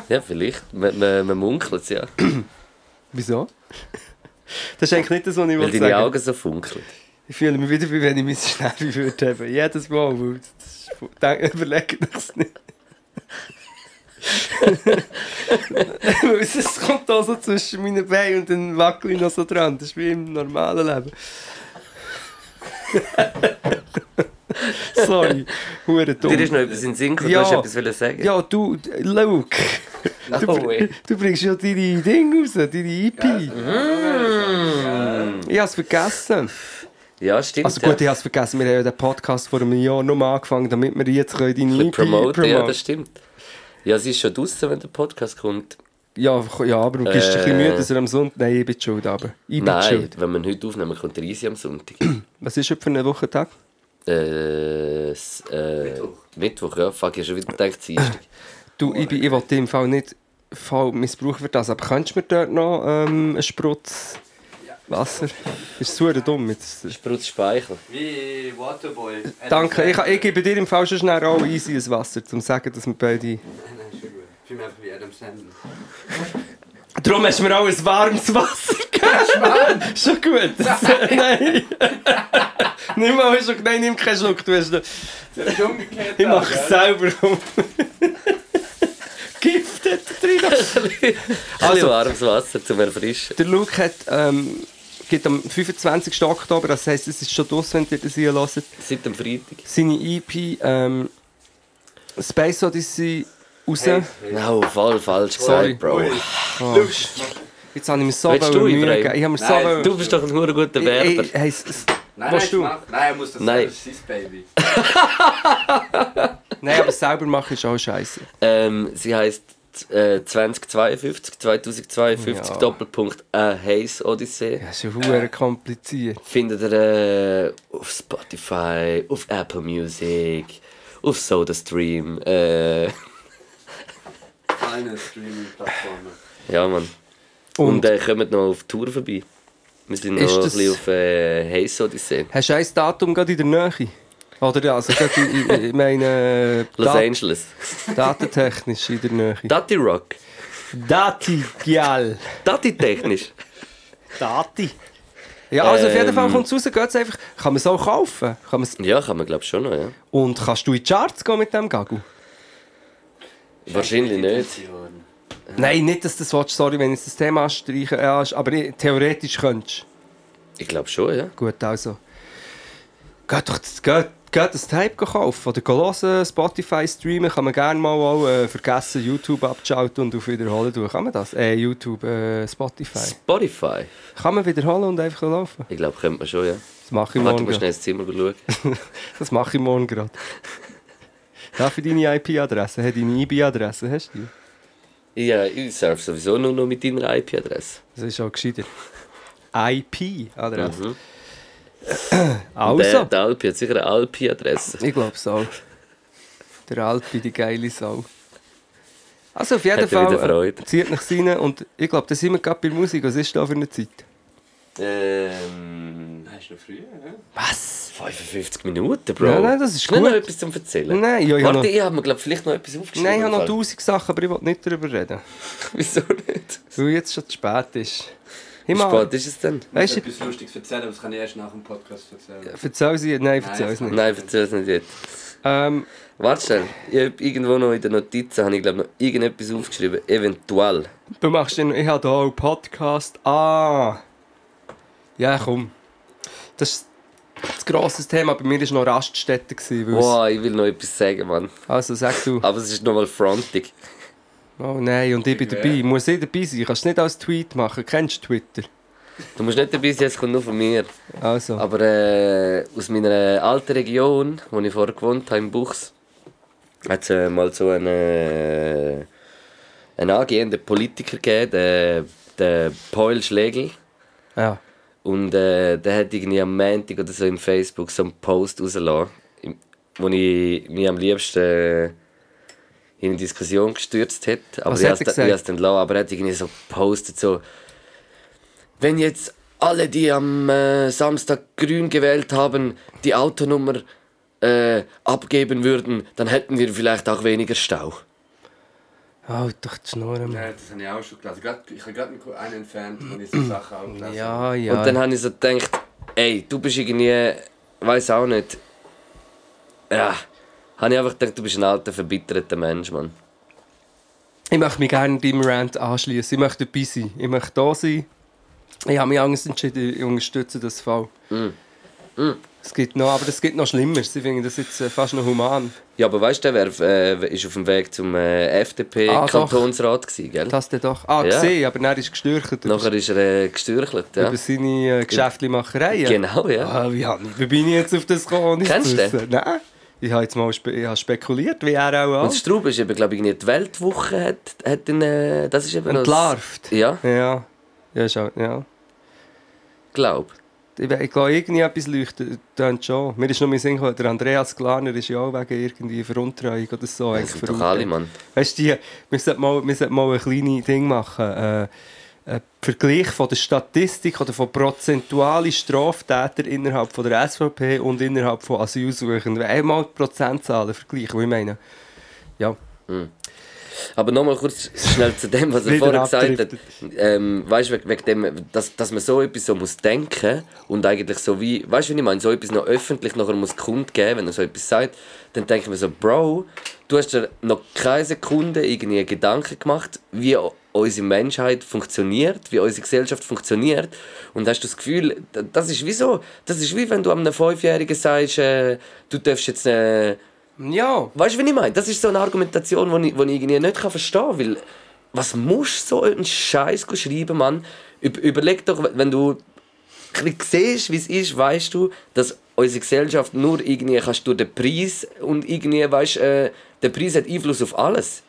Ja, vielleicht. Man, man, man munkelt es ja.
Wieso? Das ist eigentlich nicht das, was ich
Weil
wollte
deine
sagen.
Augen so funkeln.
Ich fühle mich wieder, wie wenn ich mein Schnäppchen würde haben. Jedes Mal. weil das ist fu- Denk, überlegt euch das nicht. Weil es- es kommt auch so zwischen meinen Beinen und dann wackel ich noch so dran. Das ist wie im normalen Leben. Sorry, hure
Dir ist
dumm.
noch etwas in den Sinn gekommen.
Ja.
Du hast etwas wollen sagen.
Ja, du, Luke,
oh, weh.
du bringst ja deine Dinge raus, deine IP.
Mm.
Ich hab's vergessen.
ja stimmt.
Also gut,
ja.
ich habe es vergessen, wir haben ja den Podcast vor einem Jahr noch mal angefangen, damit wir jetzt können deine
Ein bisschen
EP
promoten, ja,
promoten.
das stimmt. Ja, es ist schon draußen, wenn der Podcast kommt.
Ja, ja, aber du bist ein bisschen
Äh.
müde, dass er am Sonntag... Nein, ich bin schuld, aber... Ich bin
Nein,
schuld.
wenn wir ihn heute aufnehmen, kommt der Easy am Sonntag.
Was ist heute für ein Wochentag?
äh, s- äh, Mittwoch. Mittwoch, ja. Fuck, ich habe schon wieder gedacht, Dienstag.
Du, ich, bin, ich will dich im Fall nicht voll missbrauchen für das, aber könntest du mir dort noch ähm, einen Sprutz Wasser? Ist super dumm. Jetzt.
Sprutz Speichel.
Wie Waterboy.
Danke, ich, ich gebe dir im Fall schon schnell auch easy ein Wasser, um zu sagen, dass wir beide...
Nein, ist schon gut. Ich fühle mich einfach wie Adam Sandler.
Darum hast du mir auch ein warmes Wasser gegeben. schon gut. Das, nein. nimm mal einen Schluck. Nein, nimm keinen Schluck. Du hast noch,
Das ist umgekehrt.
ich mache es selber. Giftet drin.
Also
Also-
warmes Wasser zum Erfrischen.
Der Luke hat, ähm, gibt am 25. Oktober, das heisst, es ist schon draus, wenn ihr das hier hört,
Seit dem Freitag.
seine EP ähm, Space Odyssey raus.
No, voll falsch gesagt,
Sorry.
Bro.
Oh, jetzt habe ich mir so
Willst du,
viel Mühe
Ibrahim?
gegeben. Ich habe mir so
Nein,
viel-
Du bist doch ein hoher guter
Ey,
Werber.
ey, hey, s- s-
Nein,
willst
nein,
du?
mach- nein, er muss das
Nein.
selber, das ist sein Baby.
Nein, aber selber machen ist auch scheiße.
Ähm, sie heisst äh, 2052, 2052,
Ja.
Doppelpunkt A Haze Odyssee.
Das ist ja
Äh.
verdammt kompliziert.
Findet ihr äh, auf Spotify, auf Apple Music, auf SodaStream. Äh,
Eine Streaming-Plattform.
ja, Mann. Und, äh, kommt noch auf Tour vorbei. Wir sind noch
Ist
ein
das-
bisschen auf äh, Haze Odyssee.
Hast du ein Datum gerade in der Nähe? Oder ja, also gerade in, in- in meine
Los
Dat-
Angeles.
datentechnisch in der Nähe.
Dati Rock.
Dati, gell.
Dati technisch.
Dati. Ja, also auf jeden
Ähm.
Fall kommt es raus, geht's einfach. Kann man es auch kaufen? Kann man's,
ja, kann man glaube ich schon noch, ja.
und kannst du in die Charts gehen mit dem Gagu?
Äh. Wahrscheinlich nicht.
Nein, nicht, dass du das willst, sorry, wenn ich das Thema anstreiche. Ja, ist- aber ich- theoretisch könntest du.
Ich glaube schon, ja.
Gut, also. Geht doch das, geht, geht das Tape kaufen oder hören, Spotify streamen, kann man gerne mal auch äh, vergessen, YouTube abzuschalten und auf Wiederholen tun. Kann man das? Äh, YouTube, äh, Spotify.
Spotify.
Kann man wiederholen und einfach laufen?
Ich glaube, könnte man schon, ja.
Das mache ich
Warte, du
morgen.
musst schnell
grad.
ins Zimmer schauen.
Das mache ich morgen gerade. Darf ich deine IP-Adresse? Hey, deine IB-Adresse hast du die?
Ja, ich surf sowieso nur noch mit deiner IP-Adresse.
Das ist auch gescheiter. IP-Adresse.
Mhm. Der,
Also,
der Alpi hat sicher eine Alpi-Adresse.
ich glaube es auch. Der Alpi, die geile Sau. Also auf jeden
Hat er
Fall,
wieder
äh,
Freude.
zieht nach rein und ich glaube, da sind wir gerade bei der Musik. Was ist da für eine Zeit?
Ähm,
Hast du noch früher, ne?
Was?
55 Minuten, Bro.
Ja, nein, das ist
Nicht
gut.
noch etwas zum Erzählen.
Nein, ja, ich
Warte,
habe noch-
ich habe mir glaub, vielleicht noch etwas aufgeschrieben.
Nein, ich habe noch
im Fall.
tausend Sachen, aber ich will nicht darüber reden.
Wieso nicht?
Weil jetzt schon zu spät ist.
Wie
Ich mal,
spät ist es denn?
Ich
weißt
muss
du,
etwas Lustiges erzählen, aber das kann ich erst nach dem Podcast erzählen.
erzähl sie. Nein, erzähl
Nein,
es nicht.
Nein, erzähl es nicht jetzt.
Ähm,
Warte schnell. Ich habe irgendwo noch in den Notizen habe ich, glaub, noch irgendetwas aufgeschrieben. Eventuell.
du machst den, ich habe da auch einen Podcast. Ah! Ja, komm. Das ist das grosses Thema. Bei mir war noch Raststätte. Gewesen, weil es-
Wow, ich will noch etwas sagen, Mann.
Also sag du.
Aber es ist nochmal frontig.
Oh nein, und ich bin dabei. Muss ich dabei sein? Kannst du nicht als Tweet machen? Kennst du Twitter?
Du musst nicht dabei sein, es kommt nur von mir.
Also.
Aber äh, aus meiner alten Region, wo ich vorher gewohnt habe, in Buchs, hat es äh, mal so einen, äh, einen angehenden Politiker gegeben, den, den Paul Schlegel.
Ja.
Und äh, der hat irgendwie am Montag oder so im Facebook so einen Post rausgelassen, im- wo ich mich am liebsten äh, in eine Diskussion gestürzt hätte. Aber
Was
ich
hat
habe
er
es dann- ich
gesagt?
habe es dann gelassen. Aber er hat irgendwie so gepostet, so, wenn jetzt alle, die am äh, Samstag grün gewählt haben, die Autonummer äh, abgeben würden, dann hätten wir vielleicht auch weniger Stau.
Halt doch die Schnur. Mann.
Ja, das habe ich auch schon gelesen. Gerade- Ich habe gerade einen entfernt, wo ich so Sachen auch gelesen habe.
Ja, ja.
also. Und dann habe ich so gedacht, ey, du bist irgendwie, weiß auch nicht. Ja, habe ich einfach gedacht, du bist ein alter, verbitterter Mensch, Mann.
ich möchte mich gerne deinem Rant anschließen. Ich möchte dabei sein. Ich möchte da sein. Ich habe mich anders entschieden. Ich unterstütze das Fall.
Mm.
Es gibt noch, aber es gibt noch Schlimmeres. Sie finden das jetzt äh, fast noch human.
Ja, aber weißt du, der wär, äh, ist auf dem Weg zum äh,
Ah, doch.
FDP-Kantonsrat gewesen, gell?
Das dann doch. Ah,
Ja.
gesehen, aber er ist gestürcht über,
Nachher ist er äh, gestürchelt, ja.
über seine äh, Geschäftlichmachereien.
Genau, ja.
Ah, wie, hab ich, wie bin ich jetzt auf das gekommen? ohne
Kennst
zu
du
wissen? Nein. Ich habe jetzt mal spe ich hab spekuliert, wie er auch
Und
ist.
Straub ist eben, glaube ich, irgendwie die Weltwoche hat, hat ihn, äh, das ist eben als-
Entlarvt.
Ja,
Ja. Ja, schau, ja.
glaub.
Ich, we- ich glaube, irgendwie etwas leuchtet dann schon. Mir ist noch mein Sinn gekommen, der Andreas Glaner ist ja auch wegen irgendwie Veruntreuung oder so.
Das sind doch alle, Mann.
Weißt du, die- wir sollten mal, wir sollten mal ein kleines Ding machen. Äh, ein Vergleich von der Statistik oder von prozentualen Straftätern innerhalb von der SVP und innerhalb von Asylsuchenden. Einmal die Prozentzahlen vergleichen, weil ich meine, ja.
Aber nochmal kurz schnell zu dem, was er
Wieder
vorher gesagt hat.
abdriftet.
Ähm, weißt du, wegen, wegen dem, dass, dass man so etwas so muss denken und eigentlich so wie, weißt du, wie ich meine, so etwas noch öffentlich nachher muss kundgeben, wenn er so etwas sagt, dann denke ich mir so, Bro, du hast dir noch keine Sekunde irgendwie Gedanken gemacht, wie o- unsere Menschheit funktioniert, wie unsere Gesellschaft funktioniert und hast du das Gefühl, d- das ist wie so, das ist wie wenn du einem Fünfjährigen sagst, äh, du darfst jetzt äh,
Ja.
Weißt du, wie ich meine? Das ist so eine Argumentation, die ich, wo ich irgendwie nicht kann verstehen kann. Weil, was musst du so einen Scheiß schreiben, Mann? Üb- Überleg doch, wenn du ein bisschen siehst, wie es ist, weißt du, dass unsere Gesellschaft nur irgendwie kannst durch den Preis und irgendwie, weißt äh, der Preis hat Einfluss auf alles.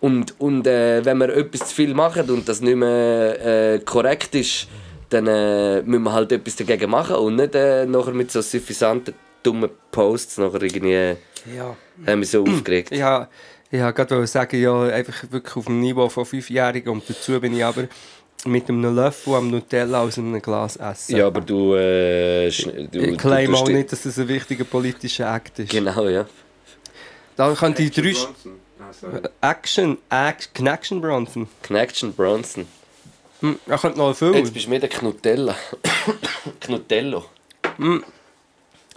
Und, und äh, wenn wir etwas zu viel machen und das nicht mehr äh, korrekt ist, dann äh, müssen wir halt etwas dagegen machen und nicht äh, nachher mit so suffisanten, dummen Posts nachher irgendwie äh,
Ja.
haben wir so aufgeregt.
Ich wollte gerade sagen, ja, einfach wirklich auf dem Niveau von Fünfjährigen und dazu bin ich aber mit einem Löffel am Nutella aus einem Glas essen.
Ja, aber du... Äh, schn- du
ich claim
tust
auch
dich-
nicht, dass es ein wichtiger politischer Akt ist.
Genau, ja.
Da können die drei...
Johnson. Ah, sorry.
Action, Action, Connection Bronson.
Connection Bronson.
Hm, Da könnte noch ein Film.
Jetzt bist du mir der Knutella. Knutello.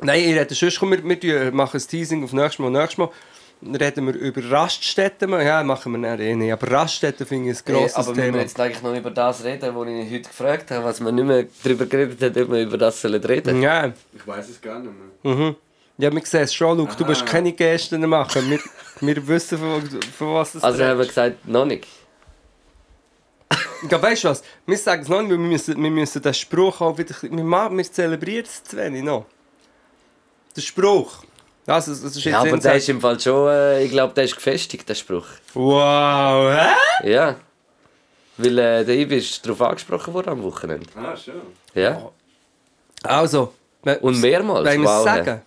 Nein, ich rede sonst, komm, wir, wir tun- machen ein Teasing auf nächstes Mal, nächstes Mal. Dann reden wir über Raststätten. Ja, machen wir dann eh nicht. Aber Raststätten finde ich ein grosses
Äh, aber wir
Thema.
müssen jetzt eigentlich noch über das reden, was ich heute gefragt habe, was wir nicht mehr darüber geredet haben, ob wir über das sollen reden
Ja,
Ich weiß es gar nicht mehr.
mhm. Ja, wir sehen es schon, Luke. Du
Aha.
musst keine Gesten machen. Wir, wir wissen, von, von was es
Also
dreht.
haben wir gesagt, noch nicht.
Ja, weißt du was? Wir sagen es noch nicht, weil wir müssen, wir müssen den Spruch auch wieder. Wir, ma- wir zelebrieren es zu wenig noch. Der Spruch. Das, das ist jetzt
Ja, aber der
Inside-
ist im Fall schon, äh, ich glaube, der ist gefestigt, der Spruch.
Wow, hä?
Ja. Weil äh, der Ibi ist darauf angesprochen worden am Wochenende.
Ah, schon.
Ja.
Also. wenn-
Und mehrmals.
Wollen wir es
wow, hä?
sagen?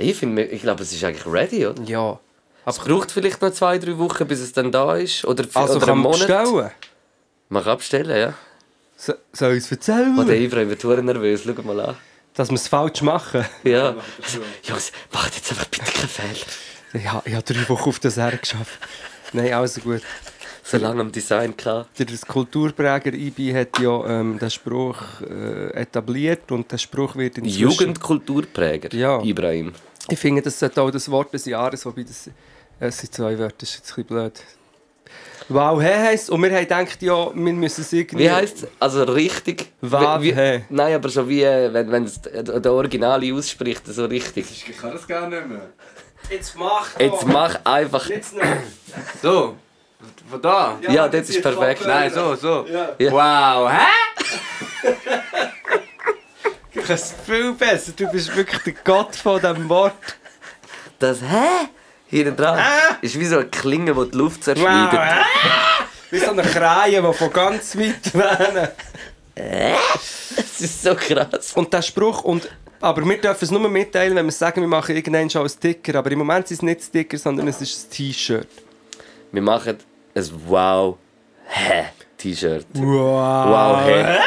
Ich, find, mir- ich glaube, es ist eigentlich ready, oder?
Ja.
Es braucht vielleicht noch zwei, drei Wochen, bis es dann da ist. Oder,
Also
oder
kann
einen
man
Monat.
bestellen.
Man kann abstellen, ja.
So, soll ich es erzählen?
Oh, der Ibrahim wird verdammt nervös, schau mal an.
Dass wir es falsch machen.
Ja. Also, Jungs, macht jetzt einfach bitte keinen Fehler.
Ich habe ich hab drei Wochen auf das her geschafft. Nein, also gut.
Solange am Design klar.
Der Kulturpräger IBI hat ja ähm, den Spruch äh, etabliert und der Spruch wird inzwischen...
Jugendkulturpräger,
Ja.
Ibrahim.
Ich finde, das sollte auch das Wort des Jahres, wobei das... äh, Es sind zwei Wörter, das ist jetzt ein bisschen blöd. Wow, hey heisst Und wir haben gedacht, ja, wir müssen es irgendwie...
Wie heisst es? Also richtig.
Wav,
wie,
hä?
wie, nein, aber so wie, äh, wenn, wenn es der der Originale ausspricht, so richtig.
Ich kann das gar nicht mehr.
Jetzt mach doch.
Jetzt mach einfach.
Jetzt noch.
So, von da.
Ja, das ist perfekt.
Nein, so, so.
Ja.
Ja.
Wow, hä?
Das ist viel besser. Du bist wirklich der Gott von diesem Wort.
Das Hä? Hier dran. Ist wie so eine Klinge, die die Luft zerschneidet.
Wie so eine Kreie, die von ganz weit wählen.
Das ist so krass.
Und der Spruch, und, aber wir dürfen es nur mitteilen, wenn wir sagen, wir machen irgendeinen schon einen Sticker. Aber im Moment sind es nicht Sticker, sondern es ist ein T-Shirt.
Wir machen ein Wow Hä T-Shirt.
Wow.
Wow Hä.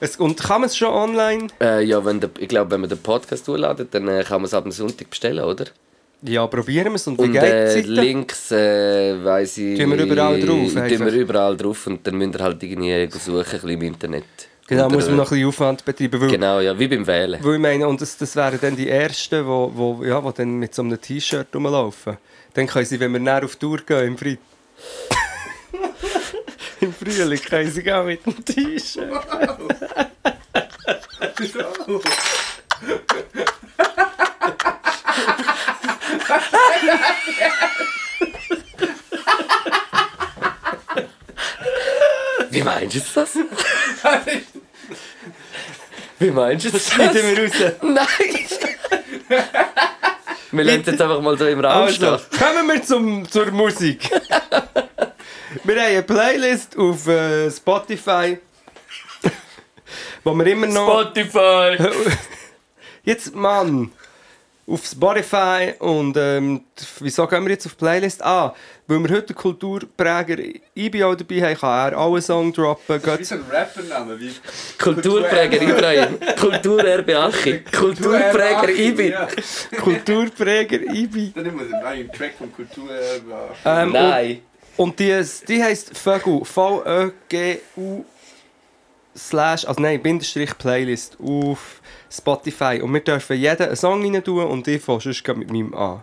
Es, und kann man es schon online?
Äh, ja, wenn der, ich glaube, wenn wir den Podcast hochladen, dann äh, kann man es ab dem Sonntag bestellen, oder?
Ja, probieren wir es. Und wie
Und
geht
äh,
es weiter?
Links, äh, weiss ich.
Tun wir überall drauf,
Tun
einfach.
wir überall drauf und dann müsst ihr halt irgendwie suchen, ein bisschen im Internet.
Genau,
Oder-
muss man noch ein bisschen Aufwand betreiben. Weil,
Genau, ja, wie beim Wählen.
weil ich meine, und das, das wären dann die Ersten, die wo, wo, ja, wo dann mit so einem T-Shirt rumlaufen. Dann können sie, wenn wir näher auf Tour gehen, im Frühling... Im Frühling können sie gehen mit dem T-Shirt.
Wie meinst du das? wie meinst du das?
Schneiden wir raus.
Nein! wir lassen jetzt einfach mal so im Raum
Also,
stehen.
kommen wir zum, zur Musik. wir haben eine Playlist auf äh, Spotify, wo wir immer noch...
Spotify!
jetzt, Mann! Auf Spotify und ähm, wieso gehen wir jetzt auf Playlist? Ah, weil wir heute den Kulturpräger IBO dabei haben, kann er auch einen Song droppen.
Wie
Geht-
so ein Rappername. Wie
Kulturpräger Ibrahim. Kulturerbe Achi. Kulturpräger Ibi.
Ja.
Kulturpräger IBI.
Dann muss ich einen Track vom äh, Kulturerbe.
Ähm,
Nein.
Und die, die heisst Vögel. V-E-G-U slash, also nein, Bindestrich Playlist auf Spotify. Und wir dürfen jeden einen Song rein tun und ich fange sonst gleich mit meinem an.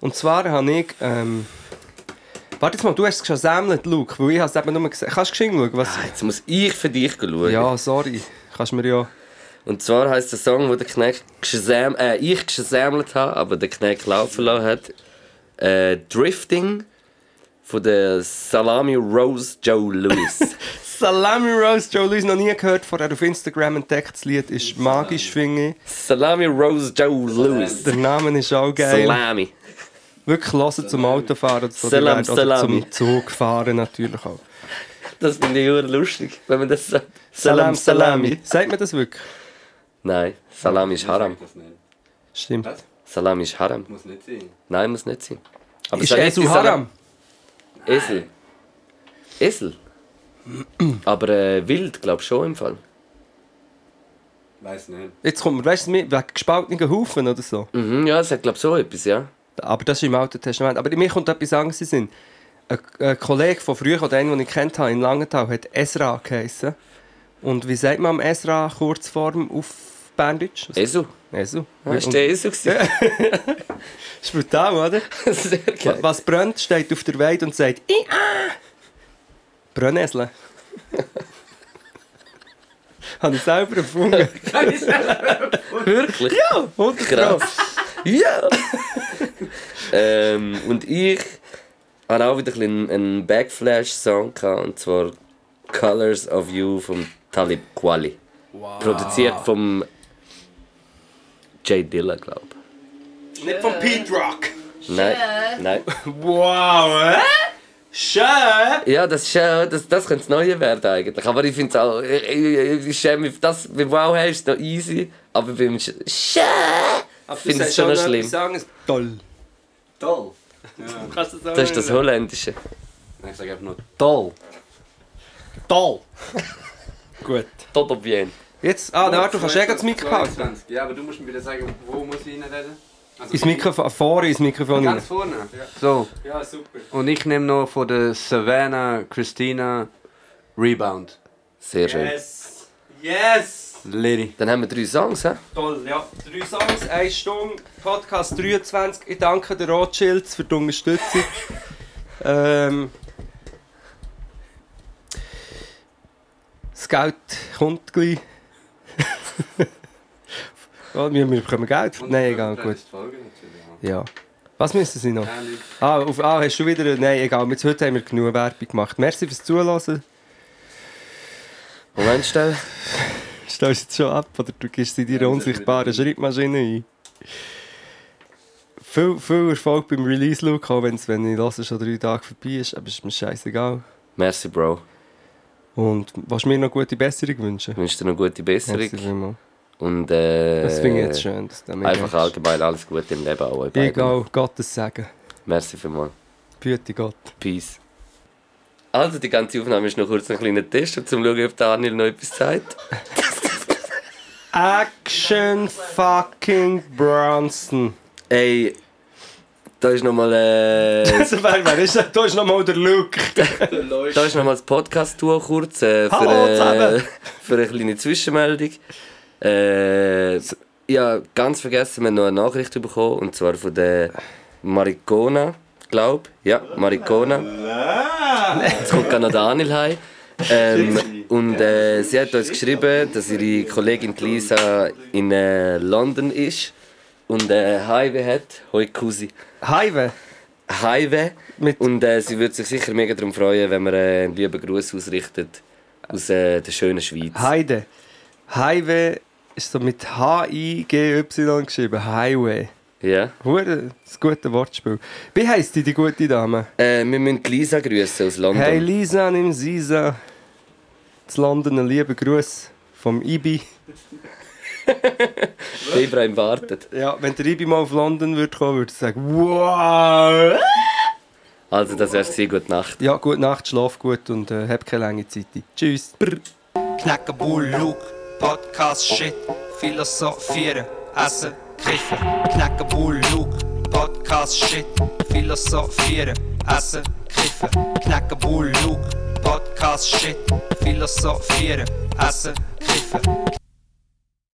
Und zwar habe ich, ähm, warte jetzt mal, du hast es schon gesammelt, Luke, weil ich habe es eben nur gesehen. Kannst du geschwind schauen, was...
Ah, Jetzt muss ich für dich schauen.
Ja, sorry. Kannst mir ja...
Und zwar heisst der Song, wo der Kneck gesam äh, ich gesammelt habe, aber der Kneck laufen lassen hat, äh, Drifting von der Salami Rose Joe Lewis.
Salami Rose, Joe Louis, noch nie gehört, vorher auf Instagram entdeckt, das Lied ist magisch, finde ich.
Salami Rose Joe Lewis.
Der Name ist auch geil.
Salami.
Wirklich hören zum Autofahren oder, so, die
Salam,
werden- oder
Salami.
zum Zugfahren natürlich auch.
Das finde ich sehr lustig, wenn man das sagt. Salam, Salami.
Sagt man das wirklich?
Nein, Salami ist Haram.
Das nicht.
Stimmt.
Was?
Salami ist Haram.
Muss nicht sein.
Nein, muss nicht sein. Aber
Ist
Spaghetti
Esel
Salam-
Haram?
Esel. Esel? Aber äh, wild, glaube ich, schon im Fall.
Weiß nicht.
Jetzt kommt man, weißt du, mir- wegen gespaltenen Haufen oder so.
Mhm, ja, es hat, glaube ich, so etwas, ja.
Aber das ist im Alten Testament. Aber mir kommt etwas anderes in den Sinn. Ein, ein Kollege von früher, oder einen, den ich kennt habe, in Langenthal, hat Esra geheissen. Und wie sagt man am Esra Kurzform auf Berndeutsch? Was-
Esel.
Esel.
Ah, ist der Esel gewesen?
Das ist brutal, oder?
Sehr geil.
Wa- Was brennt, steht auf der Weide und sagt «Ih, ah!» Brönnesle. Habe ich selber erfunden.
Wirklich?
Ja, 100 Pro.
Krass. ja! ähm, und ich hatte auch wieder ein bisschen einen Backflash-Song, gehabt, und zwar Colors of You von Talib Kweli. Produziert vom Jay Dilla, glaube
Nicht von Pete Rock.
ich. Nein, nein.
Wow, hä? Schön.
Ja, das, ist, äh, das, das könnte das Neue werden eigentlich. Aber ich finde es auch. Ich, ich, ich schäme mich. für Das, beim Wow hey, ist es noch easy. Aber beim Sch Schä finde ich es schon noch schlimm.
Sagen, toll.
Toll.
Kannst du das,
Das ist das Holländische.
Ich sage einfach nur
Toll.
Toll. Gut.
Todo bien.
Jetzt, ah, Arthur, kannst du eh gleich das Mikrofon halten?
22. Ja, aber du musst mir wieder sagen, wo muss ich reden? Also,
Ins Mikrofon, vorne ins Mikrofon rein.
Ganz vorne. So,
Ja, super.
und ich nehme noch von der Savannah Christina Rebound.
Sehr schön.
Yes. Yes.
Lady.
Dann haben wir drei Songs. He?
Toll, ja. Drei Songs, eine Stunde, Podcast 23. Ich danke den Rothschilds für die Unterstützung. ähm, das Geld kommt gleich. oh, wir, wir bekommen Geld. Nein, egal, gut. Ja. Was müssen sie noch? Ah, auf, ah, hast du wieder. Nein, egal. Jetzt heute haben wir genug Werbung gemacht. Merci fürs Zuhören.
Moment schnell.
Stellst du jetzt schon ab oder du gehst in deine
Ja, das ist
unsichtbare Schreibmaschine ein? Viel, viel Erfolg beim Release, Luke, auch wenn's, wenn ich lasse, schon drei Tage vorbei ist. Aber ist mir scheißegal.
Merci, Bro.
Und was mir noch gute Besserung wünschen?
Ich wünsche dir noch gute
Merci
Besserung.
vielmals.
Und äh.
Das finde ich jetzt schön. dus Dass du damit
Einfach
redest.
allgemein alles Gute im Leben auch. euch beiden.
Egal, Gottes Segen.
Merci vielmals.
Bitte Gott.
Peace. Also, die ganze Aufnahme ist noch kurz ein kleiner Test, um zu schauen, ob der Arnil noch etwas sagt.
Action fucking Bronson.
Ey, da ist nochmal äh,
Also, wer, wer ist das? Da ist nochmal der Luke.
da ist noch mal das podcast tour kurz äh, für,
Hallo
äh,
zusammen.
für eine kleine Zwischenmeldung. Äh, ich habe ganz vergessen, wir haben noch eine Nachricht bekommen, und zwar von der Maricona, glaube Ja, Maricona. Jetzt kommt gerade noch der Anil heim. Ähm, und äh, sie hat uns geschrieben, dass ihre Kollegin die Lisa in äh, London ist und äh, Highway hat. Hoi Cousin.
Highway.
Highway.
Mit-
Und äh, sie würde sich sicher mega darum freuen, wenn wir äh, einen lieben Gruß ausrichtet aus äh, der schönen Schweiz.
Heide. Highway ist so mit H-I-G-Y geschrieben. Highway.
Ja.
Hure, das gute Wortspiel. Wie heisst die, die gute Dame?
Äh, wir müssen die Lisa grüßen aus London.
Hey Lisa, nimm Sisa. Zu London einen lieben Gruß vom Ibi.
Der Ibrahim wartet.
Ja, wenn der Ibi mal auf London würde kommen, würde ich sagen, wow!
Also, das wär's gewesen. Gute Nacht.
Ja, gute Nacht, schlaf gut und äh, hab keine lange Zeit. Tschüss.
Knackenbull, Luke, Podcast, Shit, Philosophieren, Essen, Kiffen. Knackenbull, Luke, Podcast, Shit, Philosophieren, Essen, Kiffen. Knackenbull, Luke, Podcast, Shit, Philosophieren, Essen, Kiffen.